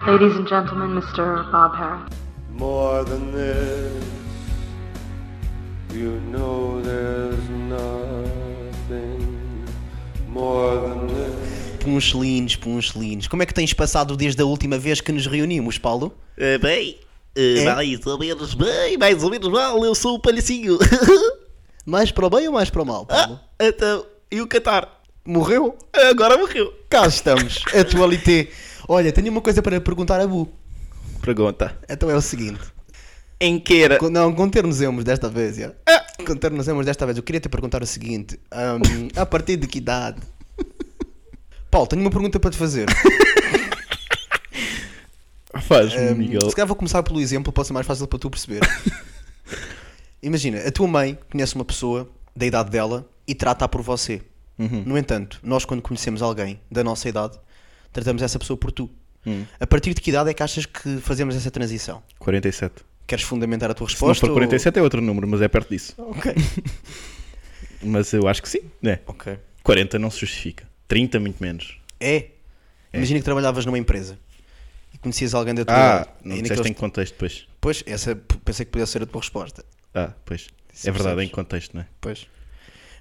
Ladies and gentlemen, Mr. Bob Harris. More than this, you know there's nothing more than this. Punchelinhos, punchelinhos. Como é que tens passado desde a última vez que nos reunimos, Paulo? É, bem, é, É? mais ou menos bem, mais ou menos mal, eu sou o palhacinho. Mais para o bem ou mais para o mal, Paulo? então, e o Catar? Ah, Morreu? Agora morreu. Cá estamos. Atualité. Olha, tenho uma coisa para perguntar a Bu. Pergunta. Então é o seguinte. Em que era? Ah, Com- Não, conter-nos-emos desta vez, já. Conter-nos-emos desta vez. Eu queria te perguntar o seguinte. hum, a partir de que idade? Paulo, tenho uma pergunta para te fazer. Faz-me, Hum, se calhar vou começar pelo exemplo, pode ser mais fácil para tu perceber. Imagina, a tua mãe conhece uma pessoa da idade dela e trata-a por você. Uhum. No entanto, nós quando conhecemos alguém da nossa idade, tratamos essa pessoa por tu. Hum. A partir de que idade é que achas que fazemos essa transição? 47. Queres fundamentar a tua Se não resposta? for ou- 47 é outro número, mas é perto disso. Ok. Mas eu acho que sim, né? Ok. 40 não se justifica. 30 muito menos. É. Imagina que trabalhavas numa empresa e conhecias alguém da tua Ah, idade. não E disseste em naqueles- que contexto, pois. Pois, essa p- pensei que pudesse ser a tua resposta. Ah, pois. Sim, é verdade, percebes. em contexto, não é? Pois.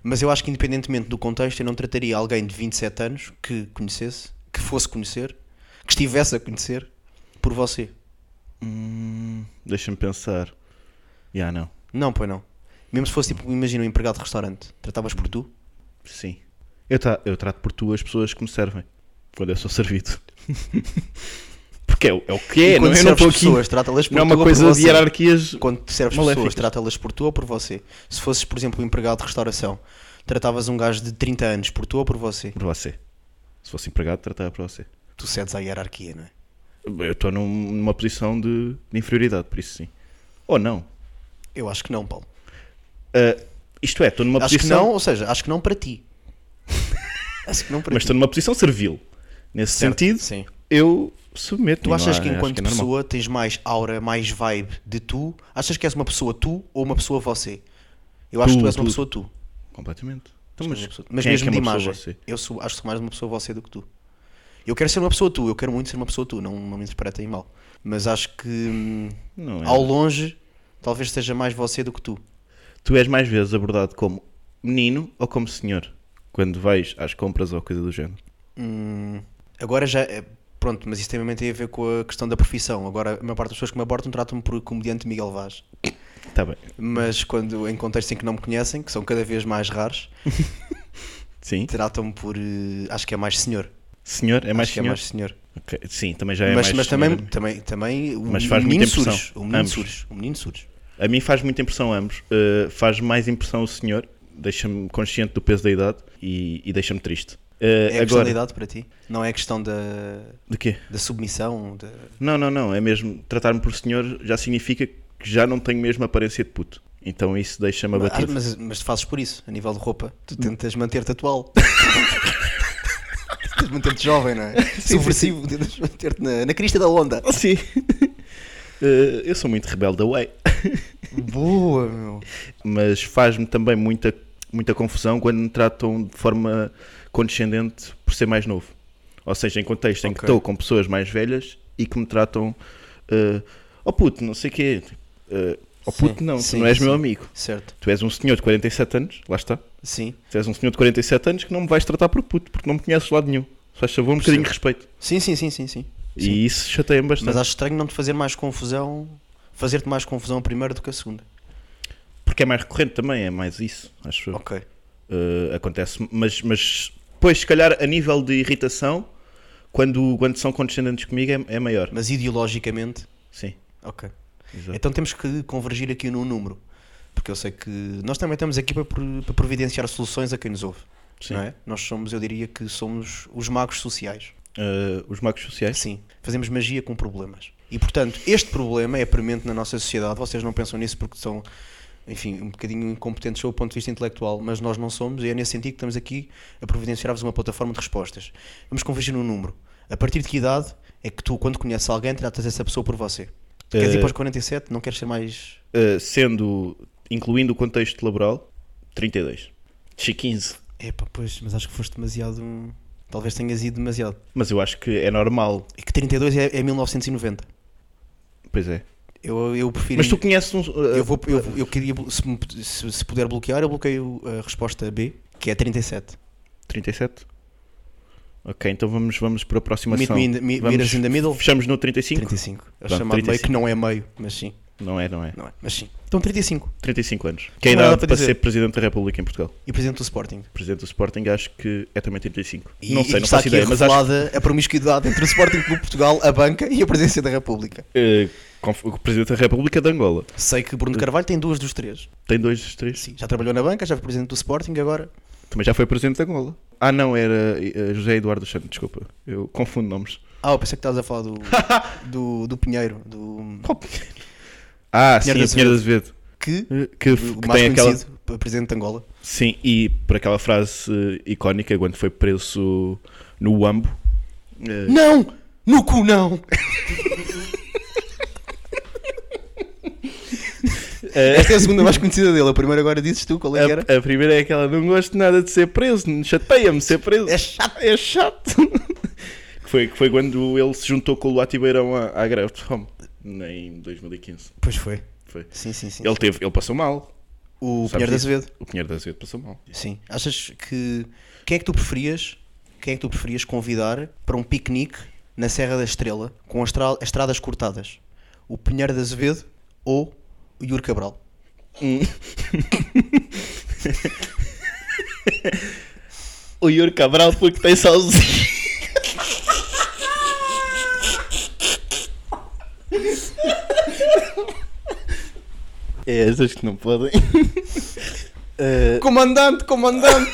Mas eu acho que independentemente do contexto, eu não trataria alguém de 27 anos que conhecesse, que fosse conhecer, que estivesse a conhecer, por você. Hum. Deixa-me pensar. Já não. Não, pois não. Mesmo se fosse tipo, imagina um empregado de restaurante, tratavas por tu? Sim. Eu, tra- eu trato por tu as pessoas que me servem. Quando eu sou servido. Porque é, o- é o que é, E quando não, eu não serves estou aqui. pessoas, trata-las por não é uma tu ou por coisa de você? hierarquias. Quando te serves pessoas, Maléficas. trata-las por tu ou por você? Se fosses, por exemplo, um empregado de restauração, tratavas um gajo de 30 anos por tu ou por você? Por você. Se fosse empregado, tratava por você. Tu cedes à hierarquia, não é? Eu estou num- numa posição de, de inferioridade, por isso sim. Ou não. Eu acho que não, Paulo. Ah, isto é, estou numa acho posição. que não, ou seja, acho que não para ti. acho que não para mas ti. estou numa posição servil. Nesse Certo, sentido, sim. eu submeto. Tu e achas não há- que acho enquanto é normal. pessoa tens mais aura, mais vibe de tu? Achas que és uma pessoa tu ou uma pessoa você? Eu acho Tu, que tu és uma tu. pessoa tu. Completamente. Então, Mas, mas mas quem é mesmo que de é uma pessoa imagem. você? Eu sou, acho que sou mais uma pessoa você do que tu. Eu quero ser uma pessoa tu, eu quero muito ser uma pessoa tu, não, não me interpretem mal. Mas acho que hum, Não é. ao longe talvez seja mais você do que tu. Tu és mais vezes abordado como menino ou como senhor? Quando vais às compras ou coisa do género. Agora já. é- Pronto, mas isso também tem a ver com a questão da profissão. Agora, a maior parte das pessoas que me abordam tratam-me por comediante Miguel Vaz. Está Tá bem. Mas quando, em contextos em que não me conhecem, que são cada vez mais raros, Sim. tratam-me por. eh, acho que é mais senhor. Senhor é mais acho que senhor. é mais senhor. Ok, Sim, também já é mas mais mas senhor. também, também, também o, Mas faz o menino muita impressão. surge. O menino Ambos. surge. O menino surge. A mim faz muita impressão ambos. Uh, faz mais impressão o senhor, deixa-me consciente do peso da idade e, e deixa-me triste. Uh, É a questão agora, da idade para ti? Não é a questão da, de quê? da submissão? da- Não, não, não. É mesmo tratar-me por senhor já significa que já não tenho mesmo a aparência de puto. Então isso deixa-me Ah, abatido. mas, mas tu fazes por isso, a nível de roupa. Hum. Tu tentas manter-te atual. tentas manter-te jovem, não é? Subversivo. Tentas manter-te na, na crista da onda. Oh, sim. Uh, eu sou muito rebelde away. Boa, meu. Mas faz-me também muita, muita confusão quando me tratam de forma condescendente por ser mais novo. Ou seja, em contexto em que Ok. estou com pessoas mais velhas e que me tratam. Uh, oh puto, não sei o quê. Uh, oh puto, Sim, não, tu sim, não és meu sim. amigo. Certo, Tu és um senhor de 47 anos, lá está. sim. Tu és um senhor de 47 anos que não me vais tratar por puto, porque não me conheces de lado nenhum. Só faz favor um bocadinho de respeito. Sim, sim, sim, sim, sim. Sim. E isso chateia-me bastante. Mas acho estranho não te fazer mais confusão, fazer-te mais confusão a primeira do que a segunda. Porque é mais recorrente também, é mais isso, acho eu. Ok. Uh, acontece, mas, mas pois se calhar a nível de irritação, quando, quando são condescendentes comigo é, é maior. Mas ideologicamente, Sim, ok. exato. Então temos que convergir aqui num número. Porque eu sei que nós também estamos aqui para, pro- para providenciar soluções a quem nos ouve. Sim. Não é? Nós somos, eu diria que somos os magos sociais. Uh, os magos sociais. Sim. Assim, Fazemos magia com problemas. E portanto, este problema é premente na nossa sociedade. Vocês não pensam nisso porque são, enfim, um bocadinho incompetentes do ponto de vista intelectual, mas nós não somos e é nesse sentido que estamos aqui a providenciar-vos uma plataforma de respostas. Vamos convergir num número. A partir de que idade é que tu, quando conheces alguém, tratas essa pessoa por você? Queres ir Eh, para os 47? Não queres ser mais Uh, sendo, incluindo o contexto laboral, 32. X15. Epá, pois, mas acho que foste demasiado. Talvez tenhas ido demasiado. Mas eu acho que é normal. E que 32 é, é 1990. Pois é. Eu, eu prefiro. Mas tu conheces um. eu, vou, eu, eu queria. Se, me- se- se puder bloquear, eu bloqueio a resposta B, que é 37. 37? Ok, então vamos, vamos para a próxima Meet ação. me in the- me- meet Vamos- us in the middle? Fechamos no 35? 35. É Pronto, chamado meio 35. que não é meio, mas sim. Não é, não é. Não é, mas sim. Então 35. 35 anos. Que é a Não há nada idade para para, dizer. ser Presidente da República em Portugal. E presidente do Sporting. Presidente do Sporting acho que é também 35. E, não e sei, não está faço aqui ideia, mas acho revelada a promiscuidade entre o Sporting Clube de Portugal, a banca e a presidência da República. que, eh, conf- o Presidente da República é de Angola. Sei que Bruno Carvalho tem duas dos três. Tem dois dos três. Sim, já trabalhou na banca, já foi presidente do Sporting, agora Também já foi Presidente de Angola. Ah, não, era eh, José Eduardo dos Santos, desculpa. Eu confundo nomes. Ah, eu pensei que estavas a falar do, do, do Pinheiro, do Qual Ah, sim, Pinheiro a de Pinheiro de Azevedo. que, Eh, Que, o que mais tem aquela. conhecido, p- presidente de Angola. Sim, e por aquela frase eh, icónica quando foi preso no Uambo. eh, Não! No cu não! Esta é a segunda mais conhecida dele, a primeira agora dizes tu qual é que era? a, a primeira é aquela, não gosto nada de ser preso, chateia-me ser preso. É chato. É chato. que, foi, que foi quando ele se juntou com o Luati Beirão à, à greve de fome, em 2015. Pois foi. Foi. Sim, sim, sim. Ele, teve, ele passou mal, o Sabes Pinheiro de isso? Azevedo. o Pinheiro da Azevedo passou mal. Sim. Achas que. Quem é que tu preferias? Quem é que tu preferias convidar para um piquenique na Serra da Estrela com as estra- as estradas cortadas? O Pinheiro de Azevedo ou o Yuri Cabral? O Yuri Cabral porque tem sozinho. É essas que não podem. Comandante, comandante!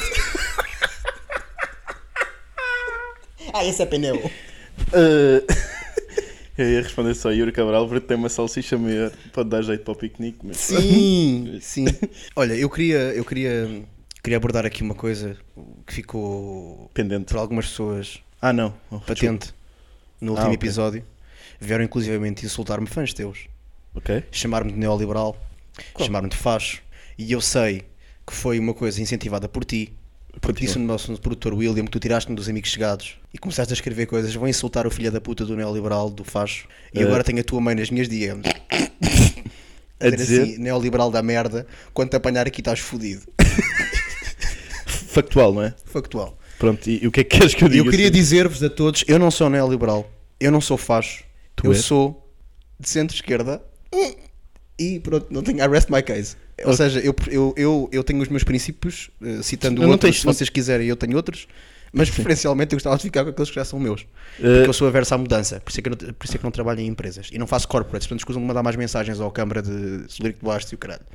ah, esse é pneu. Ah, eu ia responder só Yuri Cabral porque tem uma salsicha maior. Pode dar jeito para o piquenique, mas. Sim, sim. Olha, eu queria, eu queria, queria abordar aqui uma coisa que ficou Pendente. para algumas pessoas Ah, não. Oh, patente no último Ah, ok. episódio. Vieram inclusivamente insultar-me fãs teus, Ok. chamar-me de neoliberal, chamar-me de facho. E eu sei que foi uma coisa incentivada por ti, porque disse no nosso produtor William que tu tiraste-me dos amigos chegados e começaste a escrever coisas, vão insultar o filho da puta do neoliberal, do facho, e Eh. agora tenho a tua mãe nas minhas DMs. A dizer? assim, neoliberal da merda, quando te apanhar aqui estás fodido. Factual, não é? Factual. Pronto, e, e o que é que queres que eu E diga? eu queria sobre- dizer-vos a todos: eu não sou neoliberal, eu não sou facho, eu és? sou de centro-esquerda e pronto, não tenho. I rest my case. Ou seja, eu, eu, eu, eu tenho os meus princípios, eh, citando Não, não outros, tens- se vocês quiserem, eu tenho outros, mas preferencialmente eu gostava de ficar com aqueles que já são meus. Eh, Porque eu sou averso à mudança, por isso, é que eu não, por isso é que não trabalho em empresas e não faço corporates, portanto, escusam de mandar mais mensagens ao Câmara de Solírico de Bastos e o caralho.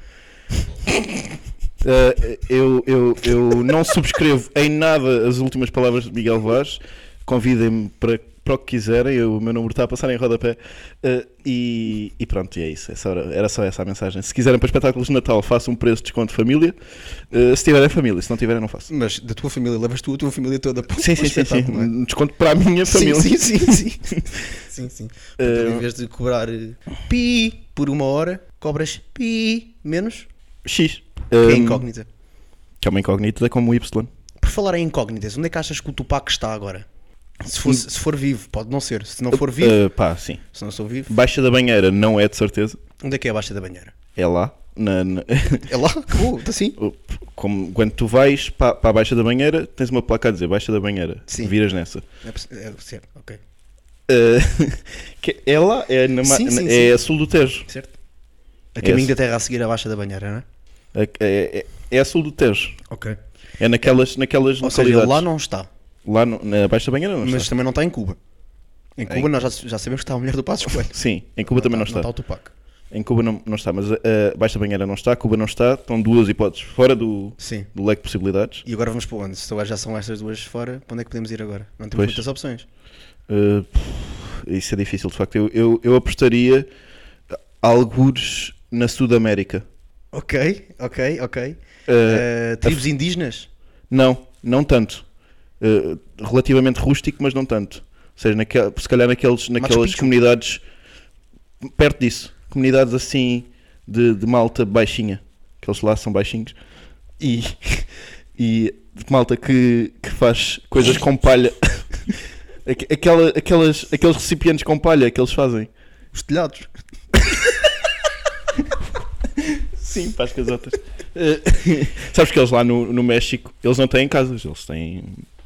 Ah, eu, eu, eu não subscrevo em nada as últimas palavras de Miguel Vaz. Convidem-me para, para o que quiserem. Eu- o meu número está a passar em rodapé. Ah, e, e pronto, e é isso. Essa hora- era só essa a mensagem. Se quiserem para espetáculos de Natal, façam um preço de desconto de família. Ah, se tiverem família, se não tiverem, não faço. Mas da tua família, levas tu a tua família toda para Sim, um sim, sim, sim. espetáculo, não é? Um desconto para a minha família. Sim, sim, sim, sim. sim, sim. Portanto, em vez de cobrar eh, pi por uma hora, cobras pi menos, X. que Ah, é incógnita. que é uma incógnita, como o Y. Por falar em incógnitas, onde é que achas que o Tupac está agora? Se, fosse- se for vivo, pode não ser. Se não for vivo, Ah, pá, sim. se não sou vivo, Baixa da banheira não é de certeza. onde é que é a Baixa da Banheira? É lá. Na, na- É lá? Acabou, tá está assim? como, quando tu vais para, a baixa da banheira, tens uma placa a dizer baixa da banheira. Sim. Viras nessa. É, possi- é, certo, ok. Ah, que é lá, é, na, ma- Sim, sim, é sim. a sul do Tejo. Certo? A caminho Esse. da terra a seguir a Baixa da Banheira, não é? É, é, é- é a sul do Tejo. Ok. É naquelas, naquelas Ou seja, ele localidades. lá não está, Lá no- na baixa da banheira não mas está. também não está em Cuba. Em Cuba nós já, já sabemos que está a mulher do Passo Coelho. Sim, em Cuba também não está. Ah, tá, Não está o Tupac. Em Cuba não, não está, mas a a baixa da banheira não está, Cuba não está. Estão duas hipóteses fora do, Sim. do leque de possibilidades. E agora vamos para onde? Se agora já são estas duas fora, para onde é que podemos ir agora? Não temos Pois. muitas opções. Uh, pff, isso é difícil, de facto. Eu, eu, eu apostaria algures na Sudamérica. Ok, ok, ok. Uh, Eh, tribos indígenas? Não, não tanto. Uh, relativamente rústico, mas não tanto. Ou seja, naquel, se calhar naqueles, naquelas Picchu. comunidades perto disso. Comunidades assim de, de malta baixinha. Que eles lá são baixinhos. E, e E malta que, que faz coisas com palha. Aqu- Aquela, aquelas, aqueles recipientes com palha que eles fazem. Os telhados. Sim, para as casotas. Eh, Sabes que eles lá no, no México, eles não têm casas, eles têm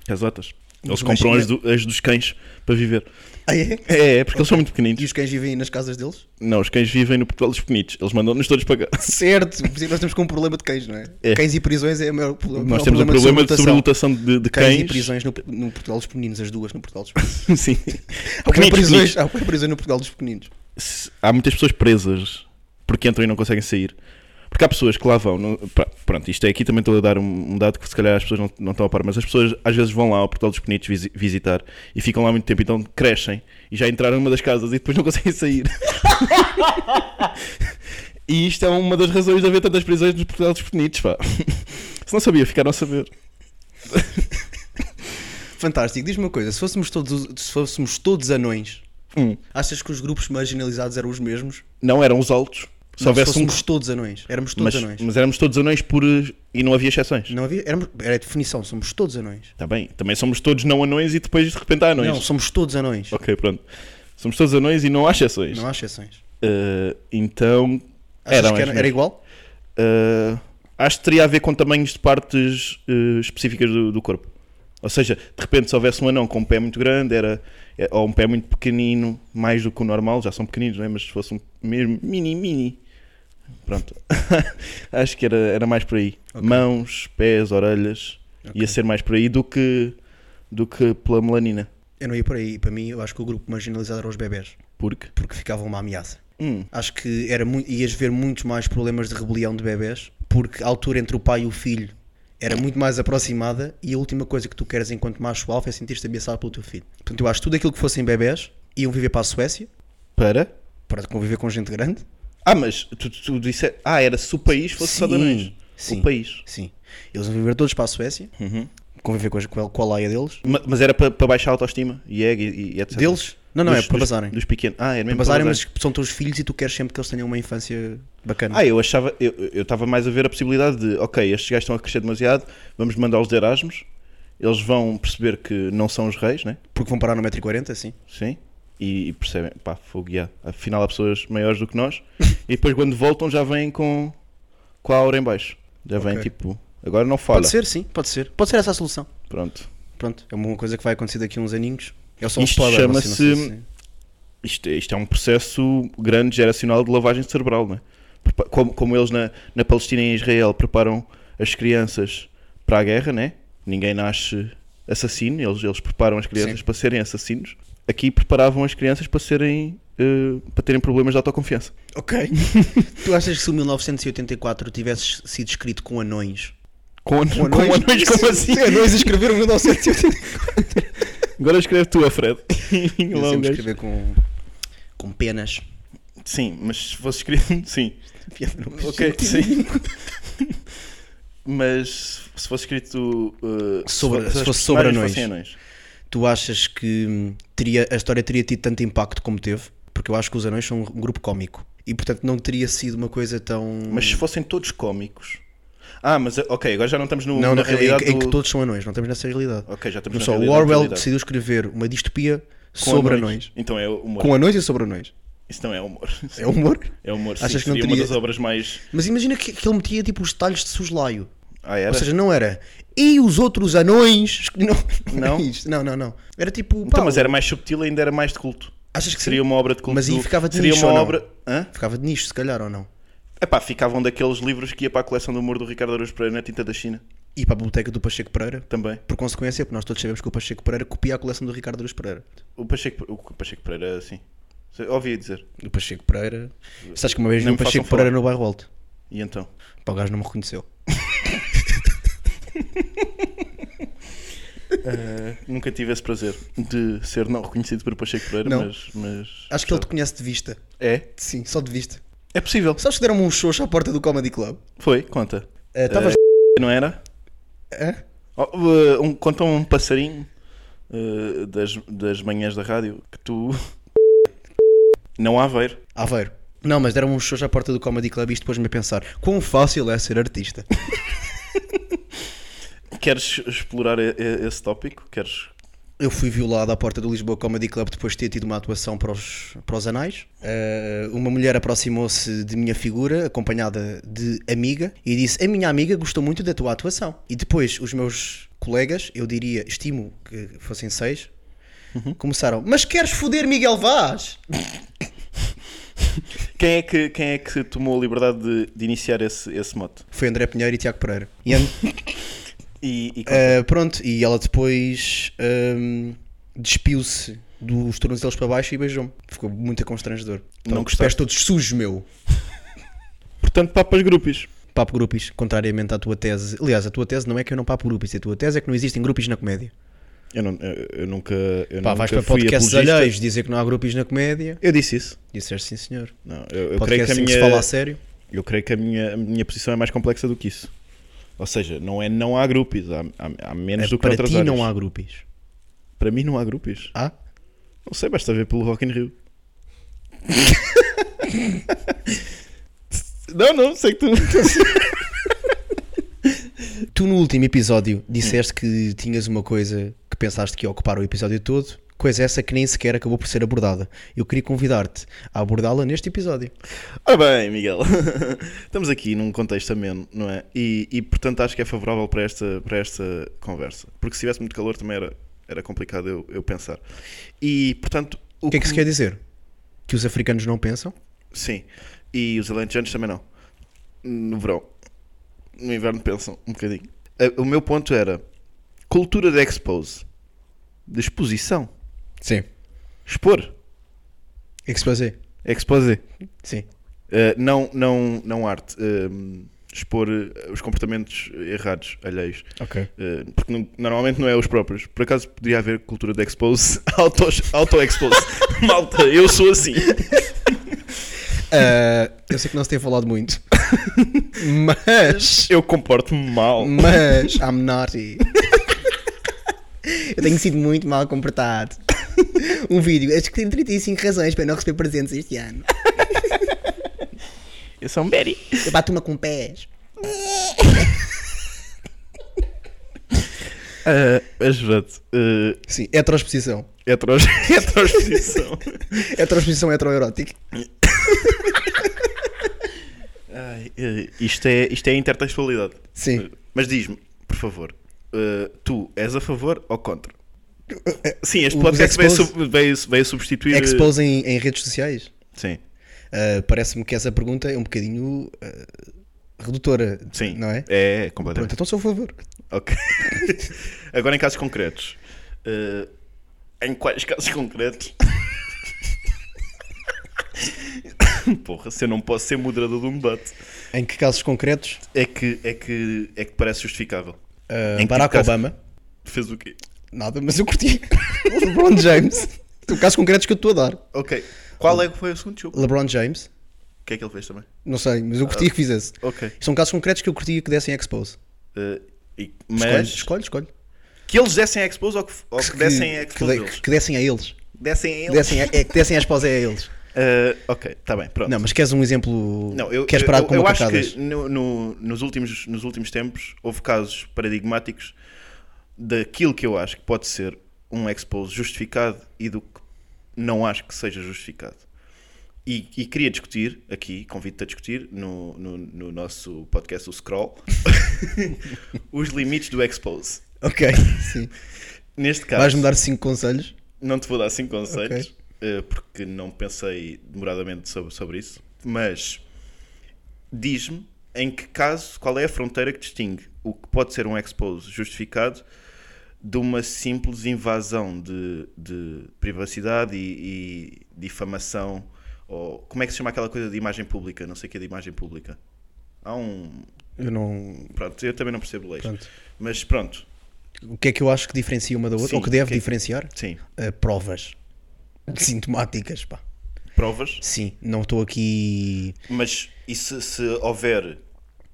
casotas. Eles No compram México, as, do- as dos cães para viver. Ah, é? É, é, porque eles são muito E pequeninos. os cães vivem nas casas deles? Não, os cães vivem no Portugal dos pequeninos. Eles mandam-nos todos para cá. Certo, por isso nós temos com um problema de cães, não é? É. Cães e prisões é o maior problema. Nós o temos um problema de sobrelotação. sobrelotação de, de Cães, cães. e prisões no, no Portugal dos Pequeninos, as duas no Portugal dos Pequeninos. Sim. Há bué Pequeninos, prisões, pequeninos. há bué prisões no Portugal dos Pequeninos. Se- Há muitas pessoas presas porque entram e não conseguem sair. Porque há pessoas que lá vão. não- pá, pronto, isto é aqui também estou a dar um, um dado que se calhar as pessoas não, não estão a par, mas as pessoas às vezes vão lá ao Portal dos Pequenitos visi- visitar e ficam lá muito tempo, então crescem e já entraram numa das casas e depois não conseguem sair. e isto é uma das razões de haver tantas prisões nos Portal dos Pequenitos, pá. Se não sabia, ficaram a saber. Fantástico, diz-me uma coisa, se fôssemos todos, se fôssemos todos anões, Hum. achas que os grupos marginalizados eram os mesmos? Não eram os altos. Se Não, houvesse um. fôssemos todos anões, éramos todos Mas, anões. mas éramos todos anões por. e não havia exceções. Não havia, éramos, era a definição, somos todos anões. Tá bem, também somos todos não anões e depois de repente há anões. Não, somos todos anões, Ok, pronto. Somos todos anões e não há exceções. não há exceções. Eh, então. Achas eram que as era, era mesmas. igual? Eh, acho que teria a ver com tamanhos de partes eh, específicas do, do corpo. Ou seja, de repente, se houvesse um anão com um pé muito grande, era, é- ou um pé muito pequenino, mais do que o normal, já são pequeninos, não é? Mas se fosse um mesmo mini, mini. Pronto. acho que era, era mais por aí. Mãos, pés, orelhas. Ia ser mais por aí do que, do que pela melanina. Eu não ia por aí, para mim eu acho que o grupo marginalizado eram os bebés, Porque. porque ficavam uma ameaça. Hum. Acho que era muito, ias ver muitos mais problemas de rebelião de bebés, porque a altura entre o pai e o filho era muito mais aproximada e a última coisa que tu queres enquanto macho alfa é sentir-te ameaçado pelo teu filho. Portanto, eu acho que tudo aquilo que fossem bebés iam viver para a Suécia, Para? para conviver com gente grande. Ah, mas tu, tu disse. Ah, era se o país fosse só de anões. sim, O país. Sim. Eles iam viver todos para a Suécia, Uhum. conviver com a, com a, com a laia deles. Ma- Mas era para baixar a autoestima e ego e, e etc. Deles? Não, não, Dos- é para dos- bazarem. Dos pequenos. Ah, era Para mesmo bazarem, para mas bazarem. são teus filhos e tu queres sempre que eles tenham uma infância bacana. Ah, eu achava. Eu eu estava mais a ver a possibilidade de. Ok, estes gajos estão a crescer demasiado, vamos mandá-los de Erasmus. Eles vão perceber que não são os reis, né? Porque vão parar no 1,40m, sim. Sim. E, e percebem, pá, fogo, yeah. afinal há pessoas maiores do que nós. e depois quando voltam já vêm com, com a aura em baixo. Já vêm Ok. tipo, agora não fala. Pode ser, sim, pode ser. Pode ser essa a solução. Pronto. Pronto, é uma coisa que vai acontecer daqui a uns aninhos. É só um Isto spoiler, chama-se- vocês não sei se- isto, isto é um processo grande geracional de lavagem cerebral, não é? Prepa- Como, como eles na, na Palestina e em Israel preparam as crianças para a guerra, né? Ninguém nasce assassino, eles, eles preparam as crianças Sim. para serem assassinos. Aqui preparavam as crianças para serem eh, para terem problemas de autoconfiança. Ok. tu achas que se o 1984 tivesse sido escrito com anões? Com, an- com anões, como assim? Sim, anões escreveram 1984. Agora escreve tu, a Fred. é um Eu sempre escrever com, com penas. Sim, mas se fosse escrito, sim. Ok, sim. Mas se fosse escrito uh, Sobre- fo- se fosse as sobre personagens fossem Tu achas que hum, teria, a história teria tido tanto impacto como teve? Porque eu acho que os anões são um grupo cómico. E portanto não teria sido uma coisa tão. Mas se fossem todos cómicos. Ah, mas ok, agora já não estamos no, não, não, na realidade. em, em que do- todos são anões, não estamos nessa realidade. Ok, já Não estamos na só, o realidade, Orwell na realidade. decidiu escrever uma distopia Com sobre anões. Então é humor. Com anões e sobre anões. Isso não é humor. É humor. É humor. Sim, Achas que não seria uma teria- das obras mais. Mas imagina que, que ele metia tipo os detalhes de soslaio. Ah, era? Ou seja, não era. E os outros anões. Não, não, Não? era isto. não, não, não. Era tipo. então, pá, mas era mais subtil ainda era mais de culto. Achas que Seria sim? uma obra de culto. Mas aí ficava de Seria nicho uma ou não? obra. Hã? Ficava de nicho, se calhar, ou não? Epá, ficavam daqueles livros que ia para a coleção do humor do Ricardo Araújo Pereira na tinta da China. E para a biblioteca do Pacheco Pereira. Também. Por consequência, porque nós todos sabemos que o Pacheco Pereira copia a coleção do Ricardo Luz Pereira. O Pacheco, o Pacheco Pereira, sim. Ouvi dizer. Do Pacheco Pereira. Sabes que uma vez vi Não o me façam Pacheco Pereira falar. no bairro alto. E então? Pá, o gajo não me reconheceu. Nunca tive esse prazer de ser não reconhecido por Pacheco Pereira, Não. mas, mas. Acho que ele te conhece de vista. É? Sim, só de vista. É possível. Sabes que deram-me um xoxo à porta do Comedy Club? Foi, conta. Estavas. Não era? Hã? Oh, uh, um, contou um passarinho uh, das, das manhãs da rádio que tu. Não há ver. Aveiro. Não, mas deram-me um xoxo à porta do Comedy Club e isto pôs-me a pensar: quão fácil é ser artista? Queres explorar e- e- esse tópico? Queres. Eu fui violado à porta do Lisboa Comedy Club depois de ter tido uma atuação para os, para os anais. Eh, uma mulher aproximou-se de minha figura, acompanhada de amiga, e disse: A minha amiga gostou muito da tua atuação. E depois os meus colegas, eu diria, estimo que fossem seis, Uhum. começaram: Mas queres foder Miguel Vaz? Quem é que, quem é que tomou a liberdade de, de iniciar esse, esse mote? Foi André Pinheiro e Tiago Pereira. E an- E, e- Eh, pronto, e ela depois ehm, despiu-se dos tornozelos para baixo e beijou-me. Ficou muito constrangedor. Não Não gostaste? gostaste? Pés todos sujos, meu. Portanto, papas grupos. Papo grupis, contrariamente à tua tese. Aliás, a tua tese não é que eu não papo grupis, a tua tese é que não existem grupis na comédia. Eu, não, eu, eu nunca. Eu Pá, nunca vais para fui podcasts apologista. alheios dizer que não há grupis na comédia. Eu disse isso. Disseste sim, senhor. Não, eu, eu creio que Podcast a em que minha, se fala a sério. eu creio que a minha, a minha posição é mais complexa do que isso. Ou seja, não é não há grupos, há, há- há menos É, do que para noutras ti não áreas. há Ah? grupis. Para mim não há grupos. Há? Não sei, basta ver pelo Rock in Rio. não, não, sei que tu... Tu no último episódio disseste que tinhas uma coisa que pensaste que ia ocupar o episódio todo, coisa essa que nem sequer acabou por ser abordada. Eu queria convidar-te a abordá-la neste episódio. Ora Ah, bem, Miguel, estamos aqui num contexto ameno, não é? E, e, portanto acho que é favorável para esta, para esta conversa. Porque se tivesse muito calor também era, era complicado eu, eu pensar. E, portanto... O que é que isso Uhum. quer dizer? Que os africanos não pensam? Sim. E os alentejanos também não. No verão. No inverno pensam um bocadinho. Eh, O meu ponto era cultura de expose. De exposição. Sim. Expor. Exposé? Expose. Sim. Eh, não, não, não arte. Ehm, expor eh, os comportamentos errados, alheios. Ok. Eh, porque não- normalmente não é os próprios. Por acaso poderia haver cultura de expose. autos- Auto-expose. Malta, eu sou assim. Eh, eu sei que não se tem falado muito, mas. Eu comporto-me mal. Mas. I'm naughty. Eu tenho sido muito mal comportado. Um vídeo. Acho que tenho 35 razões para não receber presentes este ano. Eu sou um Betty. Eu bato-me com pés. Eh, mas verdade. eh, Sim, é heterosposição. Heteros... Heterosposição. Heterosposição É heteroerótica. Ai, eh, isto, é, isto é intertextualidade. Sim. Mas diz-me, por favor, eh, tu és a favor ou contra? Sim, este Os podcast veio, expose- sub- veio, veio substituir. eh, Exposem em redes sociais. Sim, Ah, Parece-me que essa pergunta é um bocadinho ah, redutora. sim. Não é? É, Pronto, completamente. então sou a favor. Ok. Agora em casos concretos. Eh, em quais casos concretos? Porra, se eu não posso ser moderador de um debate, Em que casos concretos? é que, é que, é que parece justificável. Eh, Ah, Em que Barack caso- Obama. Fez o quê? Nada, mas eu curti. LeBron James. São casos concretos que eu te estou a dar. Ok. Qual é que foi o segundo jogo? LeBron James. O que é que ele fez também? Não sei, mas eu curtia que fizesse. Ah, Ok. São casos concretos que eu curtia que dessem expose. Eh, e- Escolhe, mas escolhe, escolhe. que eles dessem a expose ou que, ou que dessem a que, expose de- deles? que dessem a eles. Dessem a Que eles? dessem a, é, que dessem a expose a eles. Eh, ok, está bem, pronto. Não, mas queres um exemplo. Não, eu, queres eu- parar eu, com eu acho macacadas? que no- no- nos, últimos, nos últimos tempos houve casos paradigmáticos daquilo que eu acho que pode ser um expose justificado e do que não acho que seja justificado. E, e queria discutir aqui, convido-te a discutir no, no- no nosso podcast, o Scroll, os limites do expose. Ok, sim. Neste caso, Vais-me dar 5 conselhos. não te vou dar cinco conselhos, eh, porque não pensei demoradamente sobre, sobre isso, mas diz-me em que caso, qual é a fronteira que distingue o que pode ser um expose justificado de uma simples invasão de, de privacidade e, e difamação, ou como é que se chama aquela coisa de imagem pública? Não sei o que é de imagem pública. Há um. Eu não. Pronto, eu também não percebo leis. Pronto. Mas pronto, O que é que eu acho que diferencia uma da outra? Sim, ou que deve o que é que- diferenciar? sim. Ah, provas sintomáticas, pá. Provas. Sim, não estou aqui. Mas e se, se houver,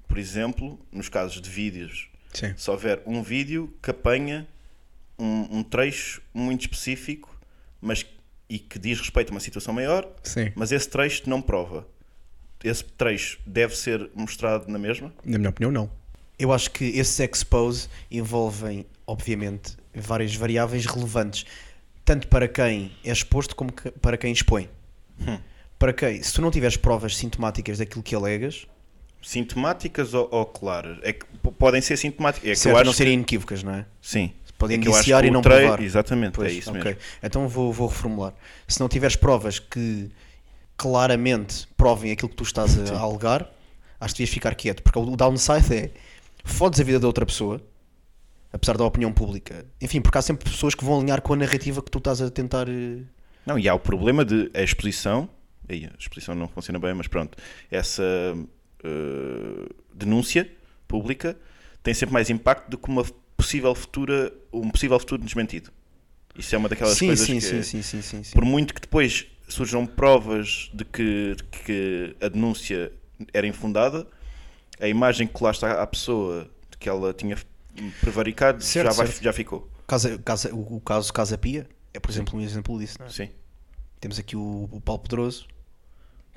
por exemplo, nos casos de vídeos, Sim. se houver um vídeo que apanha um, um trecho muito específico mas, e que diz respeito a uma situação maior, Sim. mas esse trecho não prova. Esse trecho deve ser mostrado na mesma? Na minha opinião, não. Eu acho que esses expose envolvem, obviamente, várias variáveis relevantes, tanto para quem é exposto como que- para quem expõe. Hum. Para quem, se tu não tiveres provas sintomáticas daquilo que alegas, Sintomáticas ou, ou claras? É que p- podem ser sintomáticas. É que certo, eu acho não serem inequívocas, não é? que- Sim. Podem É que eu acho indiciar que e o não tra- provar. Exatamente, Pois, é isso ok. mesmo. Então vou, vou reformular. Se não tiveres provas que claramente provem aquilo que tu estás a alegar, acho que devias ficar quieto, porque o downside é fodes a vida da outra pessoa, apesar da opinião pública. Enfim, porque há sempre pessoas que vão alinhar com a narrativa que tu estás a tentar. eh, Não, e há o problema de a exposição. Aí, a exposição não funciona bem, mas pronto. Essa eh, denúncia pública tem sempre mais impacto do que uma possível futura, um possível futuro desmentido. Isso é uma daquelas Sim, coisas sim, que, sim, sim, sim, sim, sim. por muito que depois surjam provas de que, de que a denúncia era infundada, a imagem que lá está à pessoa de que ela tinha prevaricado Certo, já, vai- certo. já ficou. Casa- casa- o o caso Casa Pia é, por exemplo, um exemplo disso. não é? Sim. Temos aqui o, o Paulo Pedroso,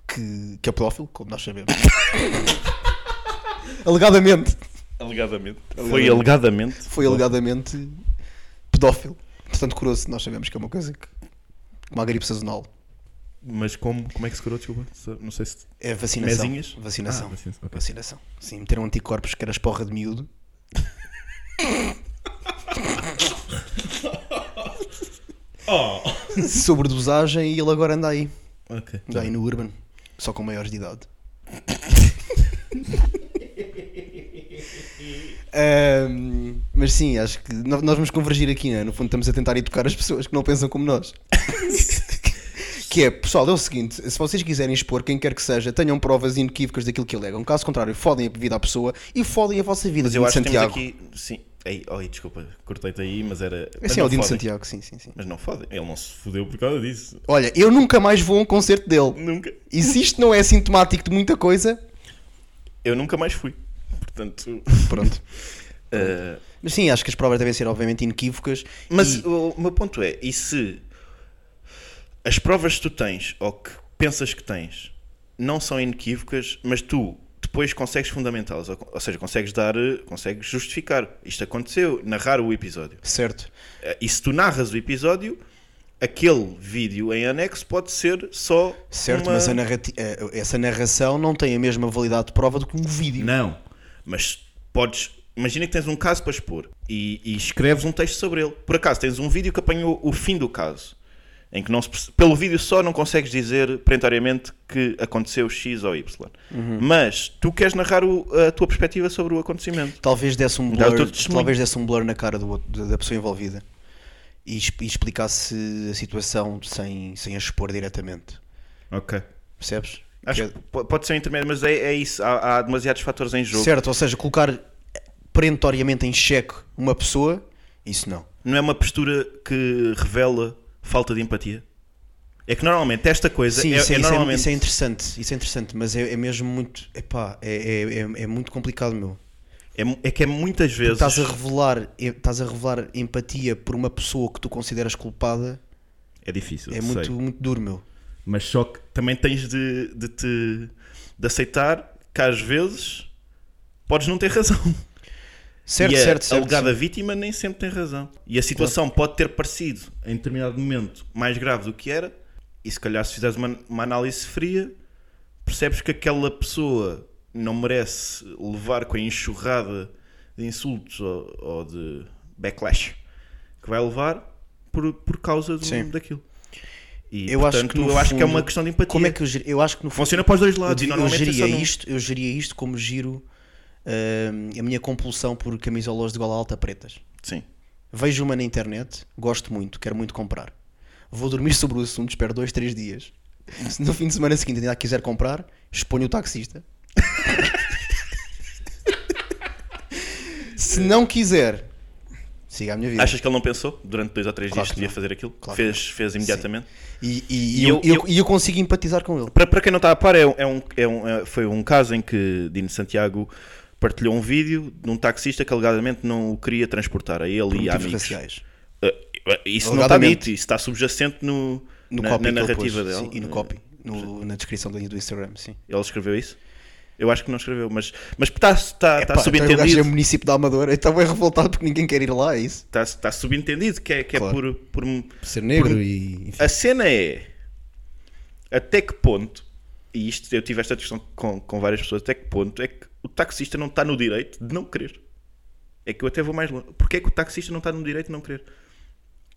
que, que é pedófilo, como nós sabemos. Alegadamente. Alegadamente. Foi alegadamente. foi alegadamente pedófilo. Portanto, curou-se, nós sabemos que é uma coisa que. Uma gripe sazonal. Mas como, como é que se curou? Desculpa, não sei se. É vacinação. Mesinhas? Vacinação. Ah, vacinação, ok. Vacinação. Sim, meteram anticorpos que era esporra de miúdo. Oh. Sobredosagem e ele agora anda aí. Ok. Anda aí no Urban. Só com maiores de idade. Ahm, mas sim, acho que no- nós vamos convergir aqui, né? no fundo estamos a tentar educar as pessoas que não pensam como nós. que é, pessoal, é o seguinte: se vocês quiserem expor quem quer que seja, tenham provas inequívocas daquilo que alegam. Caso contrário, fodem a vida à pessoa e fodem a vossa vida. Mas eu Dino acho que temos Santiago. aqui. Sim. Ei, oi, desculpa, cortei-te aí, mas era. mas Sim, é não o Dino fodem. Santiago, sim, sim, sim. Mas não fodem. Ele não se fodeu por causa disso. Olha, eu nunca mais vou a um concerto dele. Nunca. E se isto não é sintomático de muita coisa, Eu nunca mais fui. Portanto. pronto. eh, Mas sim, acho que as provas devem ser obviamente inequívocas. Mas e- o, o meu ponto é, e se as provas que tu tens ou que pensas que tens não são inequívocas, mas tu depois consegues fundamentá-las, ou, ou seja, consegues dar, eh, consegues justificar. Isto aconteceu, narrar o episódio. certo. Eh, E se tu narras o episódio, aquele vídeo em anexo pode ser só Certo, uma... mas a narrati- eh, essa narração não tem a mesma validade de prova do que um vídeo. Não, mas podes. Imagina que tens um caso para expor e, e escreves um texto sobre ele. Por acaso tens um vídeo que apanhou o fim do caso, em que não se perce- pelo vídeo só não consegues dizer perentariamente que aconteceu X ou Y. Uhum. Mas tu queres narrar o- a tua perspectiva sobre o acontecimento. Talvez desse um Dá o teu blur, testemunho. talvez desse um blur na cara do outro- da- da pessoa envolvida e, es- e explicasse a situação sem, sem a expor diretamente. Ok. Percebes? Acho Que é- que po- pode ser um intermédio, mas é, é isso. Há, há demasiados fatores em jogo. Certo, ou seja, colocar perentoriamente em xeque uma pessoa, isso não. Não é uma postura que revela falta de empatia. É que normalmente esta coisa Sim, é, isso, é, é isso é- normalmente isso é interessante, isso é interessante, mas é, é mesmo muito, epá, é, é, é, é muito complicado, meu. é mu- é que é muitas Porque vezes estás a revelar, estás a revelar empatia por uma pessoa que tu consideras culpada, É difícil, é sei. muito, muito duro, meu. Mas só que também tens de, de te de aceitar que às vezes podes não ter razão. Certo, e a certo, certo. alegada vítima nem sempre tem razão. E a situação pode ter parecido, em determinado momento, mais grave do que era. E se calhar, se fizeres uma, uma análise fria, percebes que aquela pessoa não merece levar com a enxurrada de insultos ou, ou de backlash que vai levar por, por causa do- Sim. daquilo. E, Eu acho que, eu no acho que é fundo, uma questão de empatia. Como é que eu, ger- eu acho que no fundo, Funciona para os dois eu, lados. devia- e eu normalmente é geria só num- isto, eu geria isto como giro hum, a minha compulsão por camisolas de gola alta pretas. Sim. Vejo uma na internet, gosto muito, quero muito comprar. Vou dormir sobre o assunto, espero dois, três dias. Se no fim de semana seguinte ainda quiser comprar, exponho o taxista. Se não quiser, siga a minha vida. Achas que ele não pensou durante dois ou três Claro dias que que devia não. fazer aquilo? Claro que fez, fez imediatamente. E, e- E e eu, eu- eu- e eu consigo empatizar com ele. Para, para quem não está a par, é um, é um- é um- é- foi um caso em que Dino Santiago partilhou um vídeo de um taxista que alegadamente não o queria transportar a ele e a motivos amigos. raciais. Ah, Isso não está Alegadamente. dito, isso está subjacente no, No na, copy na que ele narrativa pôs, dele. Eh, sim, e no copy, no- na descrição do, do Instagram, sim. Ele escreveu isso? Eu acho que não escreveu, mas, mas está tá, Epá, então tá O gajo é subentendido. município da Amadora, então é revoltado porque ninguém quer ir lá, é isso? Está tá subentendido que é, que é Claro. por, por, Ser negro e. enfim. A cena é até que ponto, e isto eu tive esta discussão com, com várias pessoas, até que ponto é que o taxista não está no direito de não querer. É que eu até vou mais longe. Porquê é que o taxista não está no direito de não querer?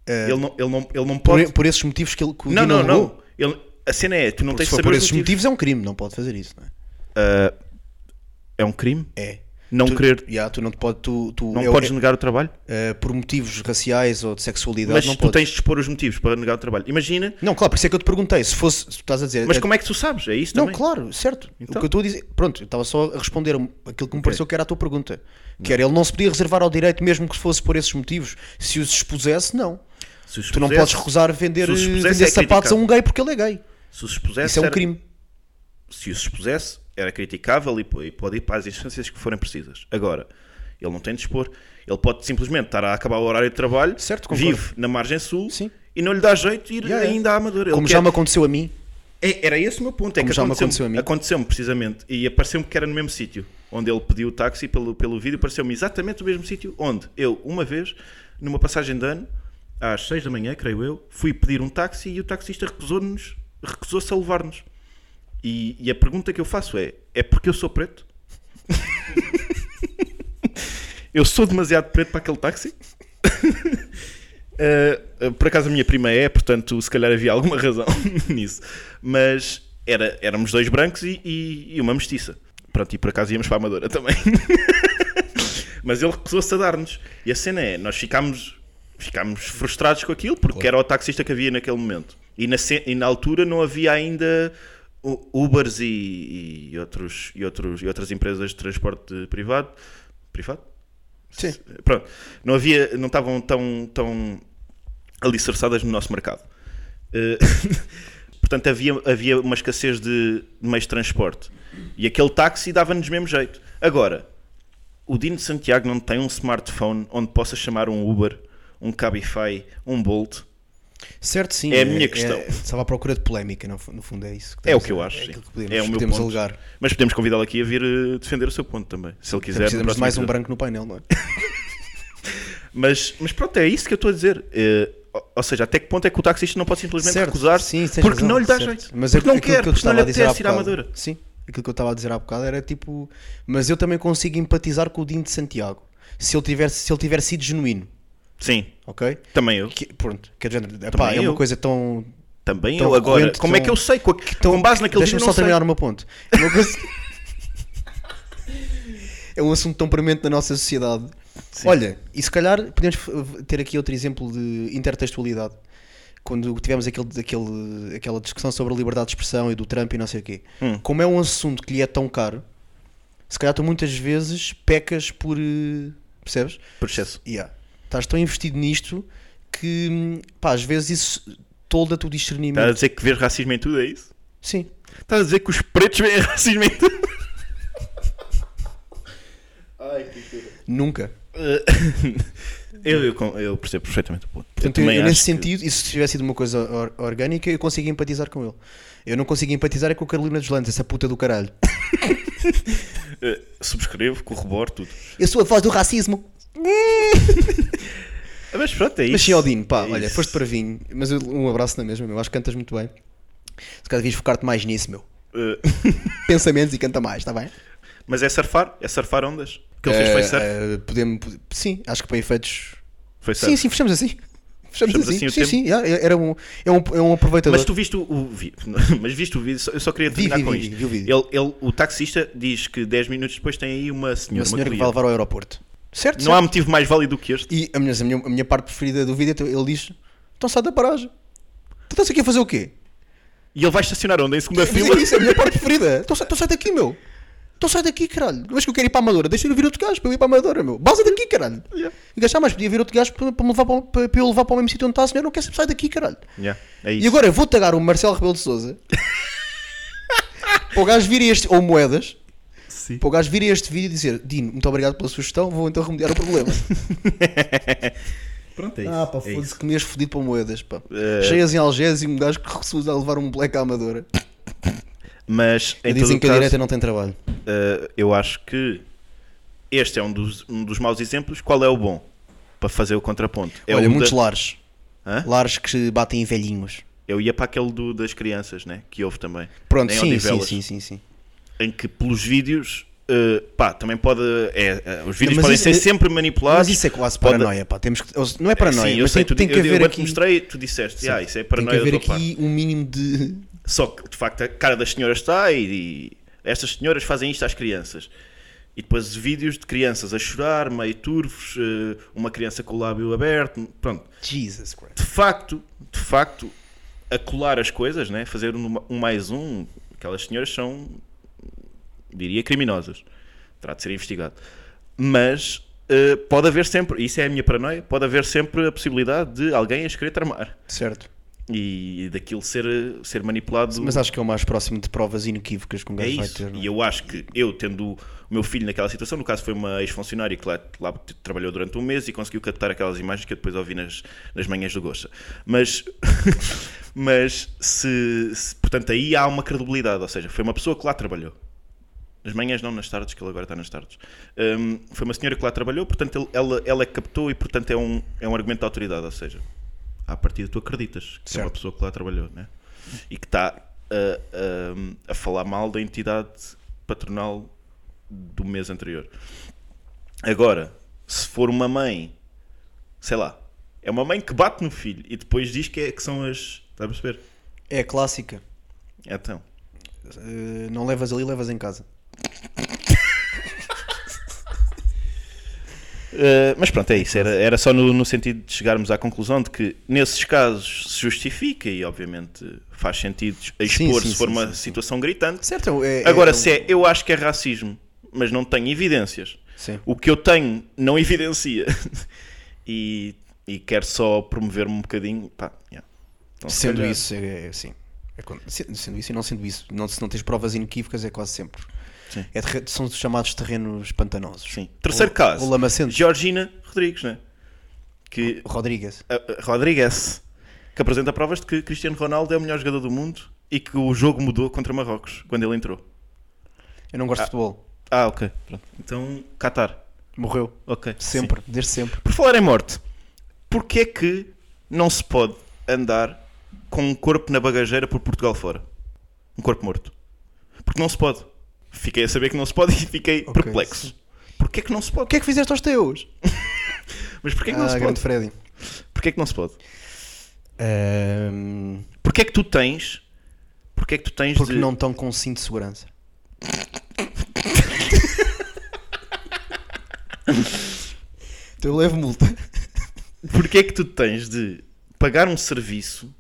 Ele, não, ele, não, ele não pode. É. Por, por esses motivos que ele. Que o não, Dino não, alegou. não. Ele- a cena é, tu não Porque se tens de for saber por os esses motivos é um crime, não pode fazer isso, não é? É um crime? É. Não tu, querer. Ya, tu não te pode, tu, tu Não é- podes é- negar o trabalho? eh, por motivos raciais ou de sexualidade, Mas não tu podes. tens de expor os motivos para negar o trabalho. Imagina, Não, claro, por isso é que eu te perguntei. Se fosse, se tu estás a dizer, mas eh, como é que tu sabes? É isso Não, também? claro, certo. Então? O que eu estou a dizer, pronto, eu estava só a responder um- aquilo que me pareceu que era a tua pergunta. Que era ele não se podia reservar ao direito mesmo que fosse por esses motivos. Se os expusesse, não. Se os tu não pusesse- podes recusar vender, se os expusesse vender é sapatos a criticado. um gay porque ele é gay. Se os expusesse, Isso é um era- crime. se os expusesse, era criticável e po- e pode ir para as instâncias que forem precisas. Agora, ele não tem de expor. Ele pode simplesmente estar a acabar o horário de trabalho, Certo, concordo. vive na margem sul Sim. e não lhe dá jeito ir Yeah, yeah. ainda à Amadora. Ele Como quer- já me aconteceu a mim. É, Era esse o meu ponto. É Como que já me aconteceu-me- aconteceu a mim. Aconteceu-me precisamente e apareceu-me que era no mesmo sítio onde ele pediu o táxi pelo, pelo vídeo. Apareceu-me exatamente o mesmo sítio onde eu, uma vez, numa passagem de ano, às 6 da manhã, creio eu, fui pedir um táxi e o taxista recusou-nos, recusou-se a levar-nos. E, e a pergunta que eu faço é: é porque eu sou preto? eu sou demasiado preto para aquele táxi? Uh, uh, por acaso a minha prima é, portanto, se calhar havia alguma razão nisso. Mas era, éramos dois brancos e, e- e uma mestiça. Pronto, e por acaso íamos para a Amadora também. Mas ele recusou-se a dar-nos. E a cena é, nós ficámos, ficámos frustrados com aquilo, porque era o taxista que havia naquele momento. E na, ce- e na altura não havia ainda U- Ubers e, e outros, e, outros, e outras empresas de transporte privado. Privado? Sim. Pronto, não havia, não estavam tão, tão alicerçadas no nosso mercado. Eh, portanto, havia, havia uma escassez de, de meios de transporte. E aquele táxi dava-nos mesmo jeito. Agora, o Dino de Santiago não tem um smartphone onde possa chamar um Uber, um Cabify, um Bolt. Certo, sim. É a minha questão. estava à procura de polémica, não fu- no fundo é isso. É o estamos que eu a- acho. É, sim. aquilo que podemos, É o meu podemos ponto. alegar. Mas podemos convidá-lo aqui a vir eh, defender o seu ponto também, se ele quiser. no Precisamos de próximo mais um episódio. branco no painel, não é? Mas, mas pronto, é isso que eu estou a dizer. Eh, ou- ou seja, até que ponto é que o taxista não pode simplesmente Certo, recusar sim, tens porque razão, não lhe dá certo. jeito? Mas é- porque não aquilo quer, que eu porque não lhe estava a dizer há apetece ir à bocado. Amadora. Sim, aquilo que eu estava a dizer há bocado era tipo. Mas eu também consigo empatizar com o Dino de Santiago se ele tiver, se ele tiver sido genuíno, Sim, ok? também eu. Que, pronto, que é, do género, epá, é eu. uma coisa tão. Também Tão eu. Agora, recorrente, como é tão- que eu sei? Com, a- com base naquele vídeo, então, Deixa-me só não sei. terminar o meu ponto. É uma coisa- é um assunto tão premente na nossa sociedade. Olha, e se calhar podemos f- ter aqui outro exemplo de intertextualidade. Quando tivemos aquele, aquele- aquela discussão sobre a liberdade de expressão e do Trump e não sei o quê. Hum. Como é um assunto que lhe é tão caro, se calhar tu muitas vezes pecas por. eh, Percebes? Por excesso. Yeah. Estás tão investido nisto que, pá, às vezes isso tolda-te o Estás a discernimento. dizer que vês racismo em tudo, é isso? Sim. Estás a dizer que os pretos veem racismo em tudo? Nunca. eu, eu, con- eu percebo perfeitamente o ponto. Portanto, eu, também eu acho nesse que- sentido, e se tivesse sido uma coisa or- orgânica, eu consigo empatizar com ele. Eu não consigo empatizar é com a Carolina dos Landes, essa puta do caralho. eh, subscrevo, corroboro tudo. Eu sou a voz do racismo. Ah, Mas pronto, é isso. Mas sim, Aldino, pá, É olha, isso. foste para vinho, mas eu- um abraço na mesma, meu. Acho que cantas muito bem. Se calhar devias focar-te mais nisso, meu. Eh, Pensa menos e canta mais, está bem? mas é surfar, é surfar ondas. Que ele fez foi surf. Eh, eh, podemos, pod- sim, acho que para efeitos. Foi surf. Sim, sim, fechamos assim. Fechamos, Fechamos assim. assim o sim, tempo. sim, yeah, era um, é, um, é um aproveitador. Mas tu viste o, o vi- mas viste o vídeo, só- eu só queria Vi, terminar vi, com vi, isto. vi o vídeo. Ele, ele- o taxista diz que 10 minutos depois tem aí uma senhora, Uma senhora que vai cliente. levar ao aeroporto. Certo? Não certo. há motivo mais válido do que este. E a minha, a minha, a minha parte preferida do vídeo é tu- ele diz: Então sai da paragem. Tu estás aqui a fazer o quê? E ele vai estacionar onde? Em segunda Mas fila? é isso, é a minha parte preferida. Então sai, então sai daqui, meu. Então sai daqui, caralho. Mas que eu quero ir para a Amadora. Deixa eu vir outro gajo para eu ir para a Amadora, meu. Baza daqui, caralho. Yeah. E gastar mais, podia vir outro gajo para, para, me levar para, o- para, para eu levar para o mesmo sítio onde está a senhora. Não quer saber, sai daqui, caralho. Yeah, é E isso. agora eu vou tagar o Marcelo Rebelo de Souza. para o gajo vir a este, ou moedas. Para o gajo vir a este vídeo e dizer: Dino, muito obrigado pela sugestão, vou então remediar o problema. Pronto, é Ah, pá, foda-se que me és fodido para moedas, pá. É. Cheias em algés e um gajo que recusa a levar um black à amadora. Mas em E dizem todo que a o caso, direita não tem trabalho. eh, eu acho que este é um dos, um dos maus exemplos. Qual é o bom? Para fazer o contraponto. É Olha, o muitos da- lares. Hã? Lares que batem em velhinhos. Eu ia para aquele do- das crianças, né? Que houve também. Pronto, Em sim, sim, Odivelas. sim, sim, sim. Em que, pelos vídeos, eh, pá, também pode. é, eh, os vídeos Mas podem isso- ser eh, sempre manipulados. Mas isso é quase pode- paranoia, pá. Temos que, ou se- não é paranoia, Sim, eu mas sei, tem, tu, tem eu, que haver eu aqui, te mostrei, tu disseste, ah, isso tem é que paranoia haver da tua parte. aqui um mínimo de. Só que de facto a cara das senhoras está e, e estas senhoras fazem isto às crianças. E depois vídeos de crianças a chorar, meio turvos, eh, uma criança com o lábio aberto, pronto. Jesus Christ. De facto, de facto, a colar as coisas, né? fazer um, um mais um, aquelas senhoras são, diria, criminosas. Terá de ser investigado. Mas eh, pode haver sempre, isso é a minha paranoia, pode haver sempre a possibilidade de alguém as querer tramar. Certo. E daquilo ser, ser manipulado Mas acho que é o mais próximo de provas inequívocas que um é gajo vai isso. ter. não é? E eu acho que eu, tendo o meu filho naquela situação, no caso foi uma ex-funcionária que lá, lá t- trabalhou durante um mês e conseguiu captar aquelas imagens que eu depois ouvi nas, nas manhãs do Gosta. Mas, mas se, se- portanto, aí há uma credibilidade, ou seja, foi uma pessoa que lá trabalhou. Nas manhãs, não nas tardes, que ele agora está nas tardes. Hum, foi uma senhora que lá trabalhou, portanto, ele- ela, ela é que captou e, portanto, é um, é um argumento de autoridade, ou seja, à partida tu acreditas que é uma Certo. pessoa que lá trabalhou, né? e que está a, a- a falar mal da entidade patronal do mês anterior. Agora, se for uma mãe, sei lá, é uma mãe que bate no filho e depois diz que, é, que são as. Está a perceber? É a clássica. Então, Uh, não levas ali, levas em casa. Uh, mas pronto, é isso. Era, era só no, no sentido de chegarmos à conclusão de que nesses casos se justifica e obviamente faz sentido expor sim, se for sim, uma sim, sim. situação gritante. Certo, é, Agora, é, se é, eu acho que é racismo, mas não tenho evidências. Sim. O que eu tenho não evidencia. e, e quero só promover-me um bocadinho. Pá, yeah. Então, se Sendo calhar- isso, é, é, sim. É quando- se- sendo isso e não sendo isso. Não, se não tens provas inequívocas, é quase sempre. Sim. É terre- são os chamados terrenos pantanosos. Sim. Terceiro Ou- caso. Ou lamacentos. Georgina Rodrigues, né? Que Rodrigues. a- a Eh, Rodrigues, que apresenta provas de que Cristiano Ronaldo é o melhor jogador do mundo e que o jogo mudou contra Marrocos quando ele entrou. Eu não gosto de futebol. Ah, ok. Pronto. Então, Qatar. Morreu. Ok. Sim. Sempre. Desde sempre. Por falar em morte, porquê é que não se pode andar com um corpo na bagageira por Portugal fora? Um corpo morto. Porque não se pode. Fiquei a saber que não se pode e fiquei Ok, perplexo. sim. Porquê é que não se O pode? que é que fizeste aos teus? Mas porquê é que não ah, se grande pode? Freddy. Porquê é que não se pode? Ahm, Porquê é que tu tens... Porquê é que tu tens porque de... não estão com um cinto de segurança. então eu levo multa. Porquê é que tu tens de pagar um serviço